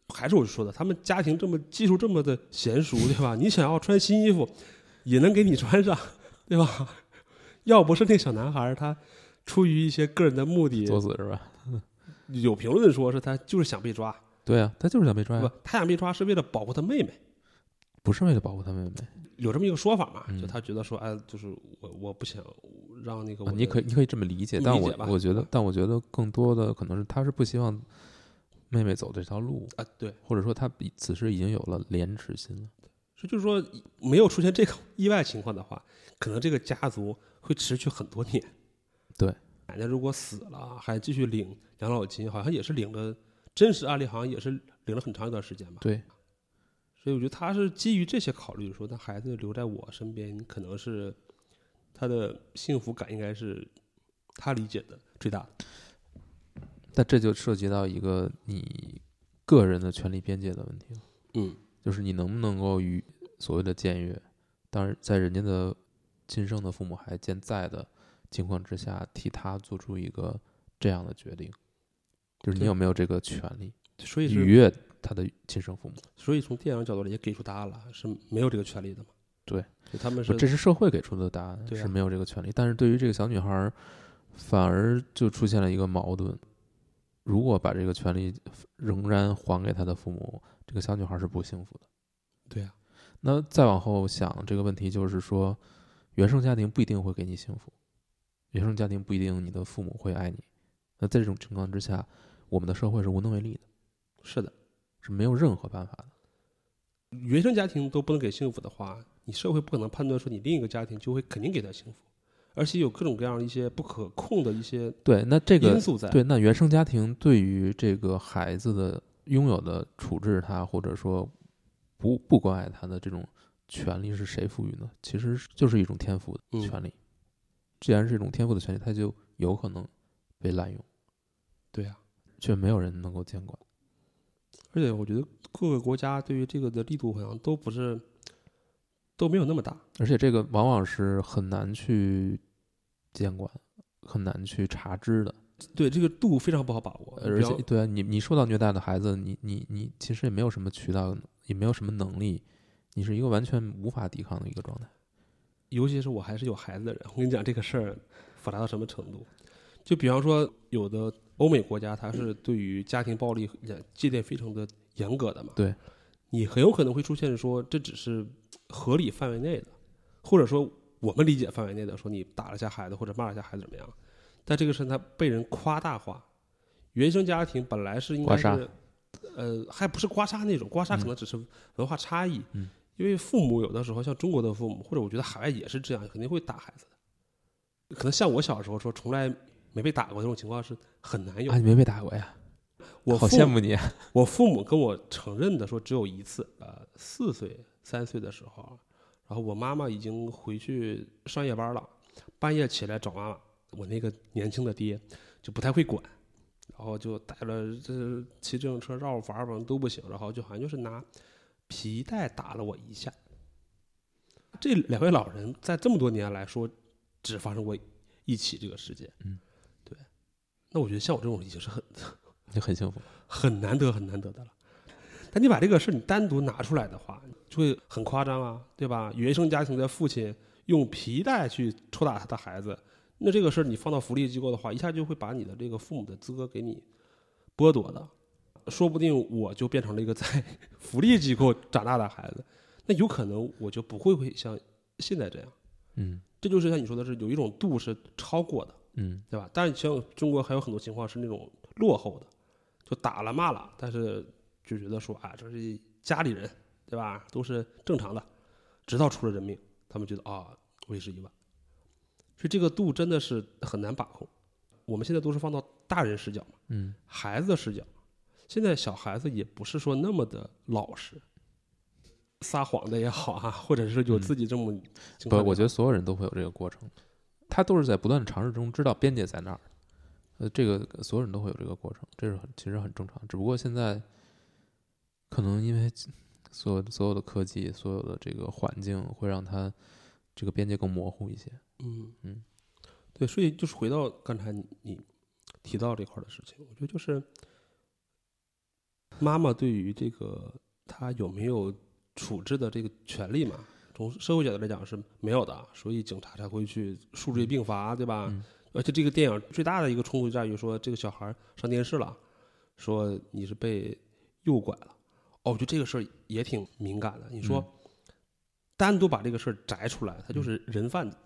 [SPEAKER 2] 还是我说的，他们家庭这么技术这么的娴熟，对吧？你想要穿新衣服，也能给你穿上，对吧？ [laughs] 要不是那小男孩儿他出于一些个人的目的，
[SPEAKER 1] 作死是吧？
[SPEAKER 2] 有评论说是他就是想被抓，
[SPEAKER 1] 对啊，他就是想被抓呀
[SPEAKER 2] 不，他想被抓是为了保护他妹妹。
[SPEAKER 1] 不是为了保护他妹妹。
[SPEAKER 2] 有这么一个说法嘛，
[SPEAKER 1] 嗯
[SPEAKER 2] 就他觉得说，哎，就是我我不想让那个我
[SPEAKER 1] 啊
[SPEAKER 2] 的、
[SPEAKER 1] 你可以你可以这么理解，
[SPEAKER 2] 你
[SPEAKER 1] 但
[SPEAKER 2] 理
[SPEAKER 1] 我
[SPEAKER 2] 解吧
[SPEAKER 1] 我觉得
[SPEAKER 2] 啊，
[SPEAKER 1] 但我觉得更多的可能是他是不希望妹妹走这条路，
[SPEAKER 2] 啊，对，
[SPEAKER 1] 或者说他比此时已经有了廉耻心了。
[SPEAKER 2] 所以就是说没有出现这个意外情况的话，可能这个家族会持续很多年。 [laughs]
[SPEAKER 1] 对，
[SPEAKER 2] 奶奶如果死了还继续领养老金，好像也是领了，真实案例好像也是领了很长一段时间吧。
[SPEAKER 1] 对，
[SPEAKER 2] 所以我觉得他是基于这些考虑说，那孩子留在我身边，可能是他的幸福感应该是他理解的最大的。
[SPEAKER 1] 但这就涉及到一个你个人的权利边界的问题了，
[SPEAKER 2] 嗯，
[SPEAKER 1] 就是你能不能够与所谓的僭越，当然在人家的亲生的父母还健在的情况之下，替他做出一个这样的决定，就是你
[SPEAKER 2] 对
[SPEAKER 1] 有没有这个权利
[SPEAKER 2] 所以是
[SPEAKER 1] 逾越他的亲生父母？
[SPEAKER 2] 所以从电影角度来也给出答案了，是没有这个权利的嘛？
[SPEAKER 1] 对，
[SPEAKER 2] 就他们
[SPEAKER 1] 不
[SPEAKER 2] 是
[SPEAKER 1] 这是社会给出的答案，
[SPEAKER 2] 对啊
[SPEAKER 1] 是没有这个权利。但是对于这个小女孩儿，反而就出现了一个矛盾。如果把这个权利仍然还给她的父母，这个小女孩儿是不幸福的。
[SPEAKER 2] 对啊，
[SPEAKER 1] 那再往后想这个问题，就是说，原生家庭不一定会给你幸福，原生家庭不一定你的父母会爱你。那在这种情况之下，我们的社会是无能为力的，
[SPEAKER 2] 是的，
[SPEAKER 1] 是没有任何办法的。
[SPEAKER 2] 原生家庭都不能给幸福的话，你社会不可能判断说你另一个家庭就会肯定给他幸福，而且有各种各样一些不可控的一些
[SPEAKER 1] 对，那这个
[SPEAKER 2] 因素在。
[SPEAKER 1] 对，那原生家庭对于这个孩子的拥有的处置他，或者说不不关爱他的这种权利是谁赋予呢？其实是就是一种天赋的
[SPEAKER 2] 嗯
[SPEAKER 1] 权利。既然是一种天赋的权利，它就有可能被滥用，
[SPEAKER 2] 对啊，
[SPEAKER 1] 却没有人能够监管。
[SPEAKER 2] 而且我觉得各个国家对于这个的力度好像都不是都没有那么大。
[SPEAKER 1] 而且这个往往是很难去监管，很难去查知的。
[SPEAKER 2] 对这个度非常不好把握，
[SPEAKER 1] 而
[SPEAKER 2] 比方
[SPEAKER 1] 且，对啊，你你受到虐待的孩子，你你你其实也没有什么渠道，也没有什么能力，你是一个完全无法抵抗的一个状态。
[SPEAKER 2] 尤其是我还是有孩子的人，我跟你讲这个事儿复杂到什么程度？就比方说，有的欧美国家它是对于家庭暴力也界定非常的严格的嘛，
[SPEAKER 1] 对，
[SPEAKER 2] 你很有可能会出现说这只是合理范围内的，或者说我们理解范围内的，说你打了一下孩子或者骂了一下孩子怎么样，但这个事儿它被人夸大化，原生家庭本来是应该
[SPEAKER 1] 刮
[SPEAKER 2] 是，呃，还不是刮痧那种，刮痧可能只是文化差异，
[SPEAKER 1] 嗯
[SPEAKER 2] 因为父母有的时候像中国的父母，或者我觉得海外也是这样，肯定会打孩子的，可能像我小时候说从来没被打过这种情况是很难有
[SPEAKER 1] 啊，
[SPEAKER 2] 的，
[SPEAKER 1] 你没被打过呀？
[SPEAKER 2] 哎我
[SPEAKER 1] 好
[SPEAKER 2] 父
[SPEAKER 1] 羡慕你啊。 [laughs]
[SPEAKER 2] 我父母跟我承认的说只有一次，呃，四岁三岁的时候，然后我妈妈已经回去上夜班了，半夜起来找妈妈，我那个年轻的爹就不太会管，然后就带了这骑自行车绕弯儿吧都不行，然后就好像就是拿皮带打了我一下。这两位老人在这么多年来说，只发生过一起这个事件。
[SPEAKER 1] 嗯，
[SPEAKER 2] 对。那我觉得像我这种已经是很
[SPEAKER 1] 就很幸福。
[SPEAKER 2] 嗯很难得很难得的了。但你把这个事儿你单独拿出来的话，就会很夸张啊，对吧？原生家庭的父亲用皮带去抽打他的孩子，那这个事儿你放到福利机构的话，一下就会把你的这个父母的资格给你剥夺的。说不定我就变成了一个在福利机构长大的孩子，那有可能我就不会会像现在这样。
[SPEAKER 1] 嗯
[SPEAKER 2] 这就是像你说的是有一种度是超过的。
[SPEAKER 1] 嗯，
[SPEAKER 2] 对吧？但是像中国还有很多情况是那种落后的，就打了骂了，但是就觉得说啊，这是家里人，对吧？都是正常的，直到出了人命，他们觉得啊，为时已晚。所以这个度真的是很难把控。我们现在都是放到大人视角嘛，
[SPEAKER 1] 嗯，
[SPEAKER 2] 孩子的视角，现在小孩子也不是说那么的老实，撒谎的也好啊，或者是有自己这么情
[SPEAKER 1] 嗯不，
[SPEAKER 2] 况、
[SPEAKER 1] 我觉得所有人都会有这个过程，他都是在不断的尝试中知道边界在哪儿。呃，这个所有人都会有这个过程，这是很其实很正常。只不过现在可能因为所有所有的科技，所有的这个环境会让他这个边界更模糊一些。
[SPEAKER 2] 嗯
[SPEAKER 1] 嗯
[SPEAKER 2] 嗯，对，所以就是回到刚才你你提到这块儿的事情，我觉得就是妈妈对于这个她有没有处置的这个权利嘛，从社会角度来讲是没有的，所以警察才会去数罪并罚，对吧？
[SPEAKER 1] 嗯
[SPEAKER 2] 而且这个电影最大的一个冲突在于说，这个小孩儿上电视了，说你是被诱拐了。哦，我觉得这个事儿也挺敏感的。你说、
[SPEAKER 1] 嗯
[SPEAKER 2] 单独把这个事儿摘出来，他就是人贩子，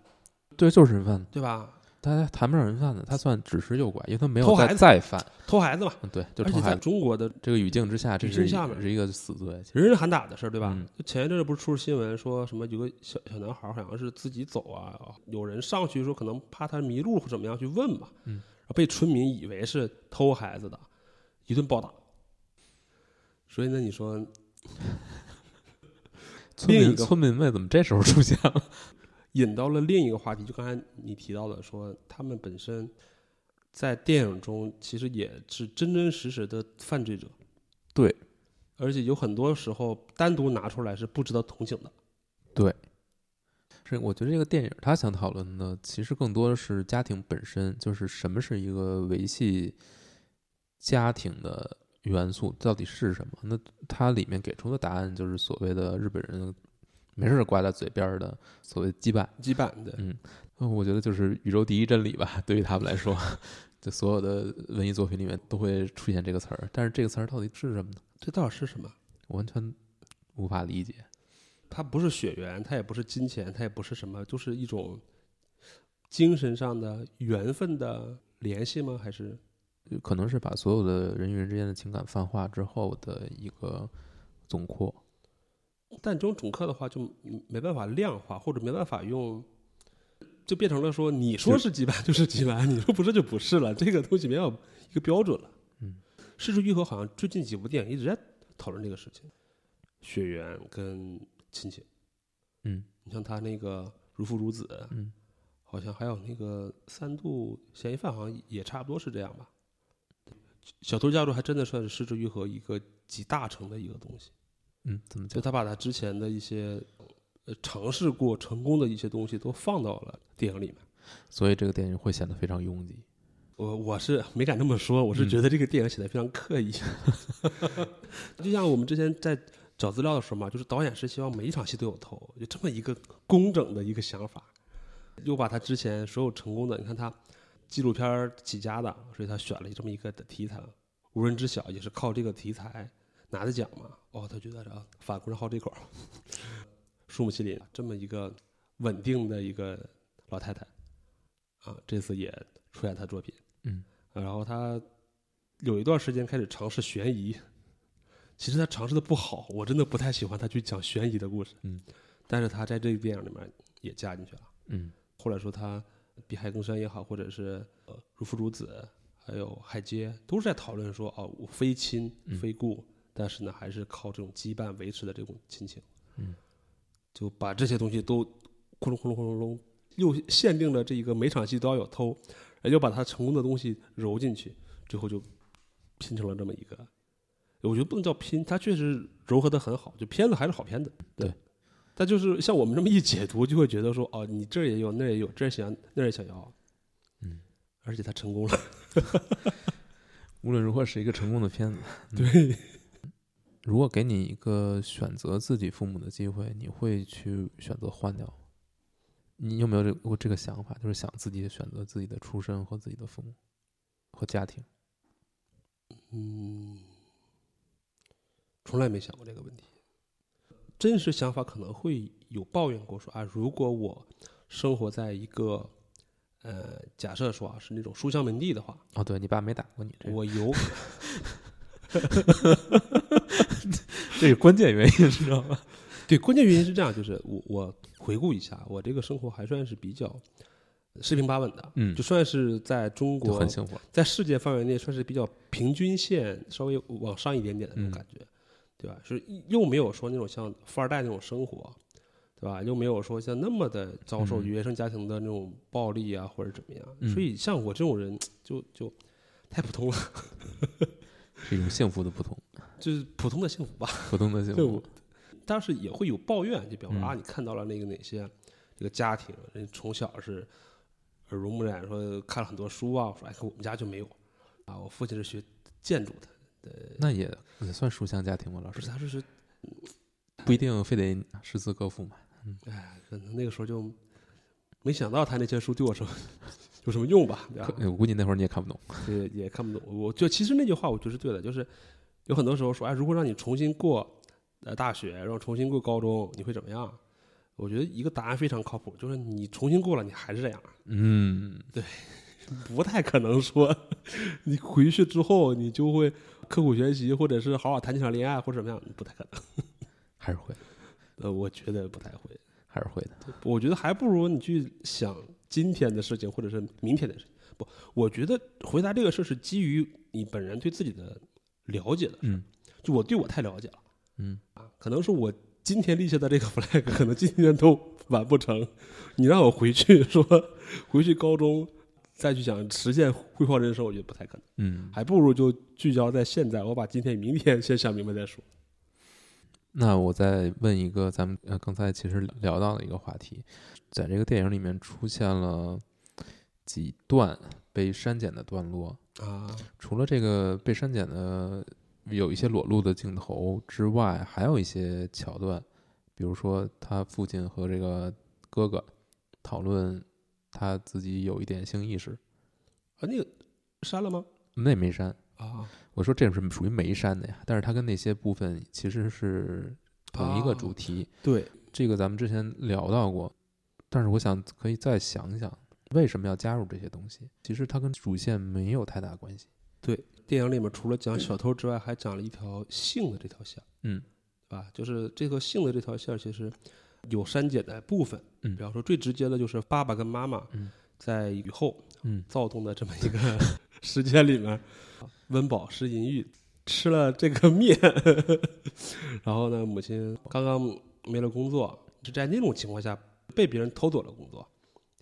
[SPEAKER 1] 对，就是人贩子，
[SPEAKER 2] 对吧？
[SPEAKER 1] 他谈不上人贩子，他算只是诱拐，因为他没有
[SPEAKER 2] 偷
[SPEAKER 1] 再
[SPEAKER 2] 孩子
[SPEAKER 1] 再犯。
[SPEAKER 2] 偷孩子嘛，
[SPEAKER 1] 嗯，对，就
[SPEAKER 2] 而
[SPEAKER 1] 偷
[SPEAKER 2] 且
[SPEAKER 1] 孩
[SPEAKER 2] 在
[SPEAKER 1] 子。
[SPEAKER 2] 中国的
[SPEAKER 1] 这个语境之下，这
[SPEAKER 2] 语
[SPEAKER 1] 是
[SPEAKER 2] 境
[SPEAKER 1] 一
[SPEAKER 2] 下面
[SPEAKER 1] 是一个死罪。
[SPEAKER 2] 人人喊打的事儿，对吧？
[SPEAKER 1] 嗯
[SPEAKER 2] 就前一阵儿不是出新闻说什么有个小小男孩儿好像是自己走啊，有人上去说可能怕他迷路或怎么样去问嘛，
[SPEAKER 1] 嗯
[SPEAKER 2] 然后被村民以为是偷孩子的，一顿暴打。所以呢，你说
[SPEAKER 1] 村
[SPEAKER 2] 另一
[SPEAKER 1] 民
[SPEAKER 2] 个
[SPEAKER 1] 村民们怎么这时候出现了？
[SPEAKER 2] 引到了另一个话题，就刚才你提到的说他们本身在电影中其实也是真真实实的犯罪者，
[SPEAKER 1] 对，
[SPEAKER 2] 而且有很多时候单独拿出来是不值得同情的。
[SPEAKER 1] 是，我觉得这个电影它想讨论的，其实更多的是家庭本身，就是什么是一个维系家庭的元素到底是什么？那它里面给出的答案就是所谓的日本人没事儿挂在嘴边儿的所谓羁绊。
[SPEAKER 2] 羁绊，对，
[SPEAKER 1] 嗯我觉得就是宇宙第一真理吧，对于他们来说， [laughs] 就所有的文艺作品里面都会出现这个词儿，但是这个词儿到底是什么呢？
[SPEAKER 2] 这到底是什么？
[SPEAKER 1] 我完全无法理解。
[SPEAKER 2] 它不是血缘，它也不是金钱，它也不是什么，就是一种精神上的缘分的联系吗？还是
[SPEAKER 1] 可能是把所有的人与人之间的情感泛化之后的一个总括。
[SPEAKER 2] 但这种整课的话就没办法量化，或者没办法用，就变成了说你说是几百 [laughs] 就是几百，你说不是就不是了，这个东西没有一个标准了。
[SPEAKER 1] 嗯，
[SPEAKER 2] 失之愈合好像最近几部电影一直在讨论这个事情，血缘跟亲情。
[SPEAKER 1] 嗯，
[SPEAKER 2] 你像他那个如父如子，
[SPEAKER 1] 嗯，
[SPEAKER 2] 好像还有那个三度嫌疑犯，好像也差不多是这样吧。小偷家族还真的算是失之愈合一个集大成的一个东西。
[SPEAKER 1] 嗯，怎么
[SPEAKER 2] 就
[SPEAKER 1] 讲？
[SPEAKER 2] 他把他之前的一些呃尝试过成功的一些东西都放到了电影里面。
[SPEAKER 1] 所以这个电影会显得非常拥挤。
[SPEAKER 2] 我我是没敢这么说，我是觉得这个电影写的非常刻意。 [laughs] 就像我们之前在找资料的时候嘛，就是导演是希望每一场戏都有头，就这么一个工整的一个想法，又把他之前所有成功的，你看他纪录片儿起家的，所以他选了这么一个题材，无人知晓，也是靠这个题材拿的奖嘛。哦，他觉得啊，法国人好这口儿，树木希林啊这么一个稳定的一个老太太啊，这次也出演他作品。
[SPEAKER 1] 嗯，
[SPEAKER 2] 然后他有一段时间开始尝试悬疑，其实他尝试的不好，我真的不太喜欢他去讲悬疑的故事。
[SPEAKER 1] 嗯，
[SPEAKER 2] 但是他在这个电影里面也加进去了。
[SPEAKER 1] 嗯
[SPEAKER 2] 后来说他比海更深也好，或者是呃如父如子，还有海街，都是在讨论说哦，我非亲
[SPEAKER 1] 嗯
[SPEAKER 2] 非故，但是呢，还是靠这种羁绊维持的这种亲情。
[SPEAKER 1] 嗯，
[SPEAKER 2] 就把这些东西都窟窿窟窿窟窿窟窿，又限定了这一个每场戏都要有偷，又把他成功的东西揉进去，最后就拼成了这么一个。我觉得不能叫拼，他确实柔合的很好，就片子还是好片子。
[SPEAKER 1] 对
[SPEAKER 2] 但就是像我们这么一解读，就会觉得说，哦，你这儿也有，那儿也有，这儿想要那儿也想要，
[SPEAKER 1] 嗯，
[SPEAKER 2] 而且他成功了。
[SPEAKER 1] 无论如何是一个成功的片子。嗯
[SPEAKER 2] 对，
[SPEAKER 1] [laughs] 如果给你一个选择自己父母的机会，你会去选择换掉吗？你有没有这过这个想法？就是想自己选择自己的出身和自己的父母和家庭？
[SPEAKER 2] 嗯，从来没想过这个问题。真实想法可能会有抱怨过说，啊，如果我生活在一个，呃，假设说啊是那种书香门第的话，
[SPEAKER 1] 哦，对你爸没打过你，这
[SPEAKER 2] 我有可
[SPEAKER 1] 这是关键原因，知道吗？
[SPEAKER 2] 对，关键原因是这样，就是我我回顾一下，我这个生活还算是比较四平八稳的，
[SPEAKER 1] 嗯
[SPEAKER 2] 就算是在中
[SPEAKER 1] 就
[SPEAKER 2] 国
[SPEAKER 1] 很幸福。
[SPEAKER 2] 在世界范围内算是比较平均线稍微往上一点点的
[SPEAKER 1] 嗯
[SPEAKER 2] 那种感觉，对吧？是又没有说那种像富二代那种生活，对吧？又没有说像那么的遭受
[SPEAKER 1] 嗯
[SPEAKER 2] 原生家庭的那种暴力啊、或者怎么样，
[SPEAKER 1] 嗯
[SPEAKER 2] 所以像我这种人就就太普通了， [laughs]
[SPEAKER 1] 是一种幸福的不同，
[SPEAKER 2] 就是普通的幸福吧。
[SPEAKER 1] 普通的幸
[SPEAKER 2] 对， [laughs] 我
[SPEAKER 1] 福。
[SPEAKER 2] 当时也会有抱怨，就比方
[SPEAKER 1] 嗯
[SPEAKER 2] 说、啊，你看到了那个哪些这个家庭，人从小是耳濡目染，说看了很多书啊，说哎，可我们家就没有啊，我父亲是学建筑的，
[SPEAKER 1] 那也也算书香家庭吧，老
[SPEAKER 2] 不
[SPEAKER 1] 师
[SPEAKER 2] 是，他是学，
[SPEAKER 1] 不一定非得诗词歌赋嘛。
[SPEAKER 2] 哎，可能那个时候就没想到他那些书对我什么 [laughs] 有什么用吧，对吧
[SPEAKER 1] 可？我估计那会儿你也看不懂。
[SPEAKER 2] 也也看不懂。我就其实那句话我觉得是对的，就是有很多时候说，哎，如果让你重新过呃大学，然后重新过高中，你会怎么样？我觉得一个答案非常靠谱，就是你重新过了，你还是这样，
[SPEAKER 1] 嗯，
[SPEAKER 2] 不太可能说 [laughs] 你回去之后你就会刻苦学习，或者是好好谈几场恋爱或者怎么样，不太可能。
[SPEAKER 1] 还是会，
[SPEAKER 2] 呃，我觉得不太会。
[SPEAKER 1] 还是会的。
[SPEAKER 2] 我觉得还不如你去想今天的事情，或者是明天的事情。不，我觉得回答这个事是基于你本人对自己的了解的。
[SPEAKER 1] 嗯
[SPEAKER 2] 就我对我太了解了
[SPEAKER 1] 嗯，
[SPEAKER 2] 啊，可能是我今天立下的这个 [laughs] flag，可能今天都完不成。你让我回去说， [laughs] 回去高中再去想实现绘画人生，我觉得不太可能，
[SPEAKER 1] 嗯，
[SPEAKER 2] 还不如就聚焦在现在，我把今天、明天先想明白再说。
[SPEAKER 1] 那我再问一个，咱们呃刚才其实聊到的一个话题，在这个电影里面出现了几段被删减的段落，
[SPEAKER 2] 啊，
[SPEAKER 1] 除了这个被删减的有一些裸露的镜头之外，还有一些桥段，比如说他父亲和这个哥哥讨论他自己有一点性意识，
[SPEAKER 2] 啊，那个删了吗？
[SPEAKER 1] 那也没删。
[SPEAKER 2] 啊，
[SPEAKER 1] 我说这种是属于没删的呀，但是他跟那些部分其实是同一个主题，
[SPEAKER 2] 对，
[SPEAKER 1] 这个咱们之前聊到过，但是我想可以再想一想，为什么要加入这些东西？其实它跟主线没有太大关系。
[SPEAKER 2] 对，电影里面除了讲小偷之外，还讲了一条性的这条线，
[SPEAKER 1] 嗯，
[SPEAKER 2] 对吧？就是这个性的这条线，其实有删减的部分，
[SPEAKER 1] 嗯
[SPEAKER 2] 比方说最直接的就是爸爸跟妈妈
[SPEAKER 1] 嗯
[SPEAKER 2] 在雨后
[SPEAKER 1] 嗯，
[SPEAKER 2] 躁动的这么一个 [laughs] 时间里面，温饱是淫欲，吃了这个面， [laughs] 然后呢，母亲刚刚没了工作，是在那种情况下被别人偷走了工作。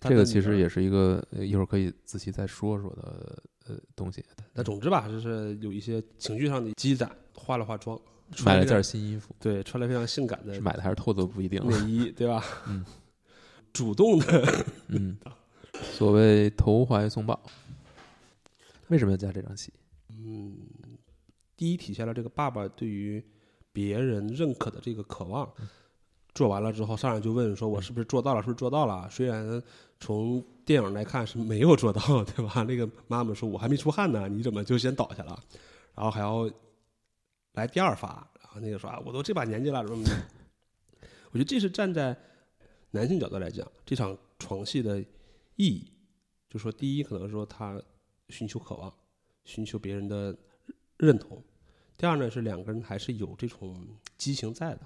[SPEAKER 1] 这个其实也是一个呃一会儿可以仔细再说说的呃东西。
[SPEAKER 2] 那总之吧，就是有一些情绪上的积攒，化了化妆，
[SPEAKER 1] 买
[SPEAKER 2] 穿
[SPEAKER 1] 了
[SPEAKER 2] 一
[SPEAKER 1] 件新衣服，
[SPEAKER 2] 对，穿了非常性感的
[SPEAKER 1] 是买的还是偷的不一定。
[SPEAKER 2] 内衣，对吧？
[SPEAKER 1] 嗯，
[SPEAKER 2] 主动的，
[SPEAKER 1] 嗯，所谓投怀送抱，为什么要加这场戏？
[SPEAKER 2] 嗯，第一体现了这个爸爸对于别人认可的这个渴望。做完了之后，上来就问说：“我是不是做到了？是不是做到了？”虽然从电影来看是没有做到，对吧？ [laughs] 那个妈妈说：“我还没出汗呢，你怎么就先倒下了？”然后还要来第二发，然后那个说：“啊，我都这把年纪了，怎么？” [laughs] 我觉得这是站在男性角度来讲，这场床戏的意义，就说第一，可能说他寻求渴望，寻求别人的认同；第二呢，是两个人还是有这种激情在的；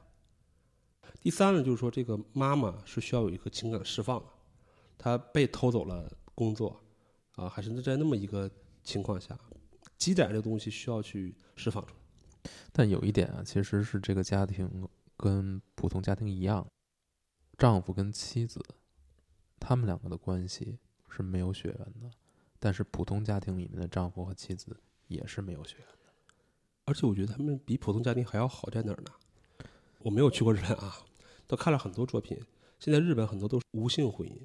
[SPEAKER 2] 第三呢，就是说这个妈妈是需要有一个情感释放的，她被偷走了工作，啊，还是在那么一个情况下，积攒这个东西需要去释放出来。
[SPEAKER 1] 但有一点啊，其实是这个家庭跟普通家庭一样，丈夫跟妻子，他们两个的关系是没有血缘的，但是普通家庭里面的丈夫和妻子也是没有血缘的。
[SPEAKER 2] 而且我觉得他们比普通家庭还要好在哪儿呢？我没有去过日本啊，都看了很多作品，现在日本很多都是无性婚姻。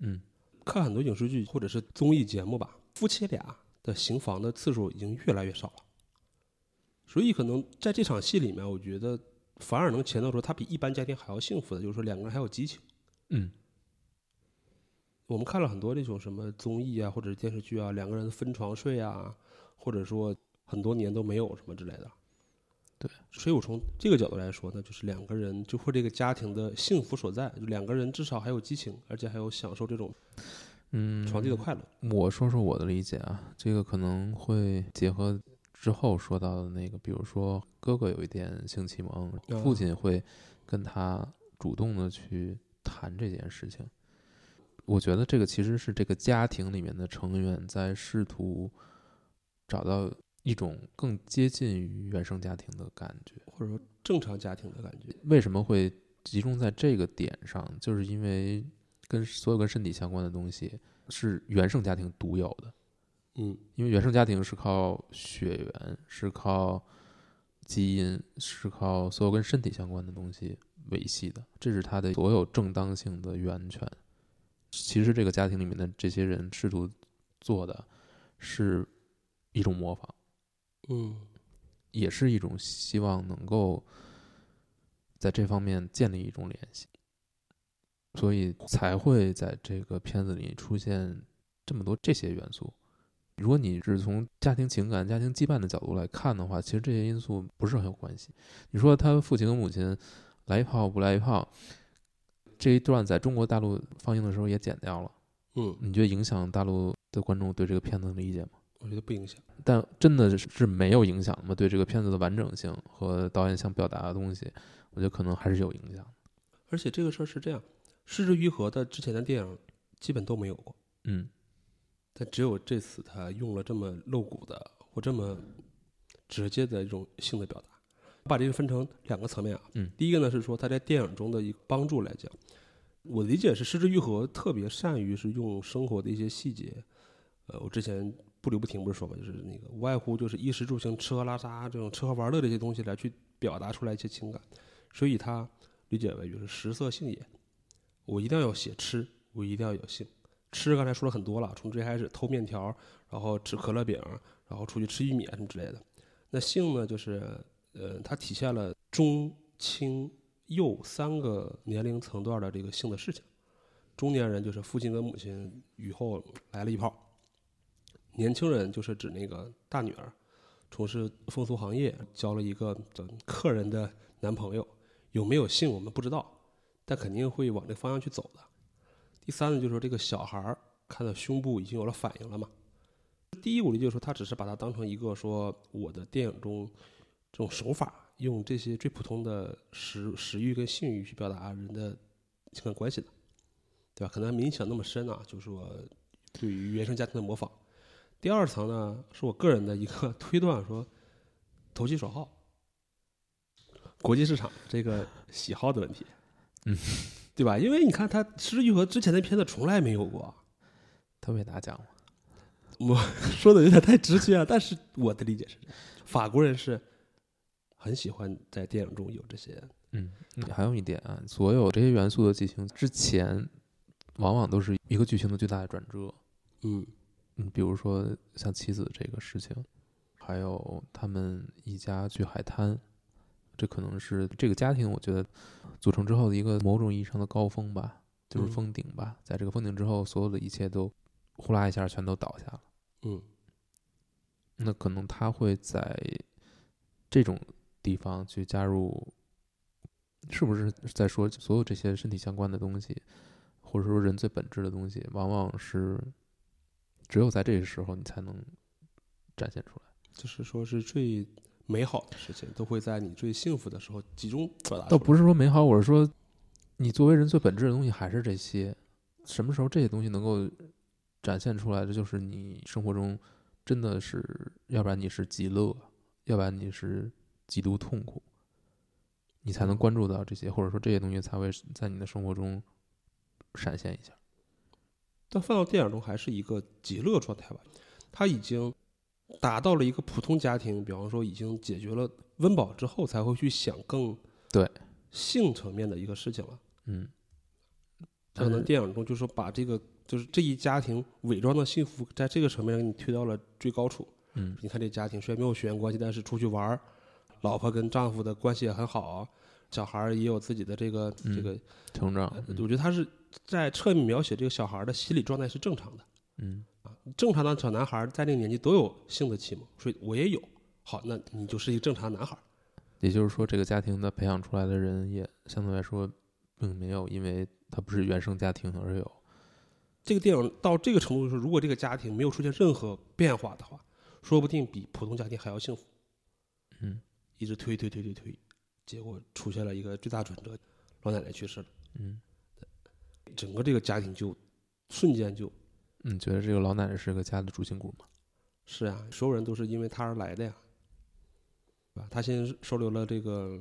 [SPEAKER 1] 嗯，
[SPEAKER 2] 看很多影视剧或者是综艺节目吧，夫妻俩的行房的次数已经越来越少了，所以可能在这场戏里面，我觉得反而能强调说他比一般家庭还要幸福的，就是说两个人还有激情。
[SPEAKER 1] 嗯，
[SPEAKER 2] 我们看了很多那种什么综艺啊，或者是电视剧啊，两个人分床睡啊，或者说很多年都没有什么之类的。
[SPEAKER 1] 对，
[SPEAKER 2] 所以我从这个角度来说呢，就是两个人就或这个家庭的幸福所在，就两个人至少还有激情，而且还有享受这种
[SPEAKER 1] 嗯，
[SPEAKER 2] 床戏的快乐。
[SPEAKER 1] 我说说我的理解啊，这个可能会结合之后说到的那个，比如说哥哥有一点性启蒙，
[SPEAKER 2] 啊
[SPEAKER 1] 父亲会跟他主动的去谈这件事情。我觉得这个其实是这个家庭里面的成员在试图找到一种更接近于原生家庭的感觉。
[SPEAKER 2] 或者说正常家庭的感觉。
[SPEAKER 1] 为什么会集中在这个点上？就是因为跟所有跟身体相关的东西是原生家庭独有的。
[SPEAKER 2] 嗯，
[SPEAKER 1] 因为原生家庭是靠血缘，是靠基因，是靠所有跟身体相关的东西维系的，这是它的所有正当性的源泉。其实这个家庭里面的这些人试图做的是一种模仿，
[SPEAKER 2] 嗯，
[SPEAKER 1] 也是一种希望能够在这方面建立一种联系，所以才会在这个片子里出现这么多这些元素。如果你是从家庭情感、家庭羁绊的角度来看的话，其实这些因素不是很有关系。你说他父亲和母亲来一炮不来一炮，这一段在中国大陆放映的时候也剪掉了，
[SPEAKER 2] 嗯，
[SPEAKER 1] 你觉得影响大陆的观众对这个片子的理解吗？
[SPEAKER 2] 我觉得不影响。
[SPEAKER 1] 但真的是是没有影响吗？对这个片子的完整性和导演想表达的东西，我觉得可能还是有影响。
[SPEAKER 2] 而且这个事儿是这样，失之愈合的之前的电影基本都没有过，
[SPEAKER 1] 嗯，
[SPEAKER 2] 但只有这次他用了这么露骨的或这么直接的一种性的表达。我把这个分成两个层面啊，
[SPEAKER 1] 嗯，
[SPEAKER 2] 第一个呢是说他在电影中的一个帮助来讲，我理解是失之愈合特别善于是用生活的一些细节，呃，我之前不离不停不是说嘛，就是那个无外乎就是衣食住行、吃喝拉撒这种吃喝玩乐这些东西来去表达出来一些情感，所以他理解为就是食色性也，我一定要有写吃，我一定要有性。吃刚才说了很多了，从最开始偷面条，然后吃可乐饼，然后出去吃玉米啊什么之类的。那性呢，就是呃，它体现了中青幼三个年龄层段的这个性的事情。中年人就是父亲跟母亲雨后来了一炮，年轻人就是指那个大女儿从事风俗行业，交了一个嗯客人的男朋友，有没有性我们不知道，但肯定会往这个方向去走的。第三呢，就是说这个小孩儿看到胸部已经有了反应了嘛，第一，我理解说他只是把它当成一个说我的电影中这种手法，用这些最普通的食食欲跟性欲去表达人的情感关系的，对吧？可能还没想那么深啊，就是说对于原生家庭的模仿。第二层呢，是我个人的一个 [laughs] 推断，说投其所好，国际市场这个喜好的问题，
[SPEAKER 1] 嗯，
[SPEAKER 2] 对吧？因为你看他《失之愈合》之前的片子从来没有过， [laughs]
[SPEAKER 1] 他没拿奖吗？
[SPEAKER 2] 说的有点太直接了，啊但是我的理解是这样，法国人是很喜欢在电影中有这些，
[SPEAKER 1] 嗯，还有一点啊，所有这些元素的剧情之前，往往都是一个剧情的巨大的转折。
[SPEAKER 2] 嗯
[SPEAKER 1] 嗯，比如说像妻子这个事情，还有他们一家去海滩，这可能是这个家庭我觉得组成之后的一个某种意义上的高峰吧，就是
[SPEAKER 2] 嗯
[SPEAKER 1] 峰顶吧。在这个峰顶之后，所有的一切都呼啦一下全都倒下了。
[SPEAKER 2] 嗯
[SPEAKER 1] 那可能他会在这种地方去加入，是不是在说所有这些身体相关的东西，或者说人最本质的东西，往往是只有在这个时候你才能展现出来，
[SPEAKER 2] 就是说是最美好的事情都会在你最幸福的时候集中表达出来。
[SPEAKER 1] 倒不是说美好，我是说你作为人最本质的东西还是这些，什么时候这些东西能够展现出来，这就是你生活中真的是，要不然你是极乐，要不然你是极度痛苦，你才能关注到这些，或者说这些东西才会在你的生活中闪现一下。
[SPEAKER 2] 但放到电影中还是一个极乐状态吧，他已经达到了一个普通家庭，比方说已经解决了温饱之后，才会去想更
[SPEAKER 1] 对
[SPEAKER 2] 性层面的一个事情了。
[SPEAKER 1] 嗯，
[SPEAKER 2] 他可能电影中就是说把这个就是这一家庭伪装的幸福，在这个层面上给你推到了最高处。
[SPEAKER 1] 嗯
[SPEAKER 2] 你看这家庭虽然没有血缘关系，但是出去玩儿，老婆跟丈夫的关系也很好，小孩儿也有自己的这个、
[SPEAKER 1] 嗯
[SPEAKER 2] 这个，
[SPEAKER 1] 成长，
[SPEAKER 2] 呃
[SPEAKER 1] 嗯
[SPEAKER 2] 我觉得他是在侧面描写这个小孩儿的心理状态是正常的。啊
[SPEAKER 1] 嗯
[SPEAKER 2] 正常的小男孩儿在那个年纪都有性的启蒙，所以我也有。好，那你就是一个正常男孩儿。
[SPEAKER 1] 也就是说，这个家庭的培养出来的人也相对来说，并没有因为他不是原生家庭而有。
[SPEAKER 2] 这个电影到这个程度的时候，如果这个家庭没有出现任何变化的话，说不定比普通家庭还要幸福。
[SPEAKER 1] 嗯，
[SPEAKER 2] 一直推推推推推，结果出现了一个最大转折，老奶奶去世了，
[SPEAKER 1] 嗯，
[SPEAKER 2] 整个这个家庭就瞬间就
[SPEAKER 1] 你嗯觉得这个老奶奶是个家的主心骨吗？
[SPEAKER 2] 是啊，所有人都是因为他而来的呀，对吧？他先收留了这个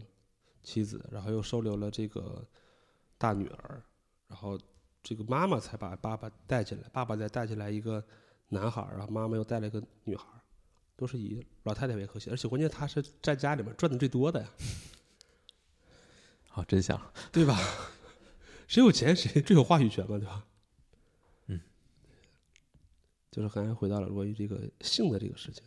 [SPEAKER 2] 妻子，然后又收留了这个大女儿，然后这个妈妈才把爸爸带进来，爸爸再带进来一个男孩儿，然后妈妈又带了一个女孩儿，都是以老太太为核心，而且关键她是在家里面赚的最多的呀，
[SPEAKER 1] 好，真相。
[SPEAKER 2] 对吧？ [laughs] 谁有钱谁最有话语权嘛，对吧？
[SPEAKER 1] 嗯，
[SPEAKER 2] 就是刚才回到了关于这个性的这个事情，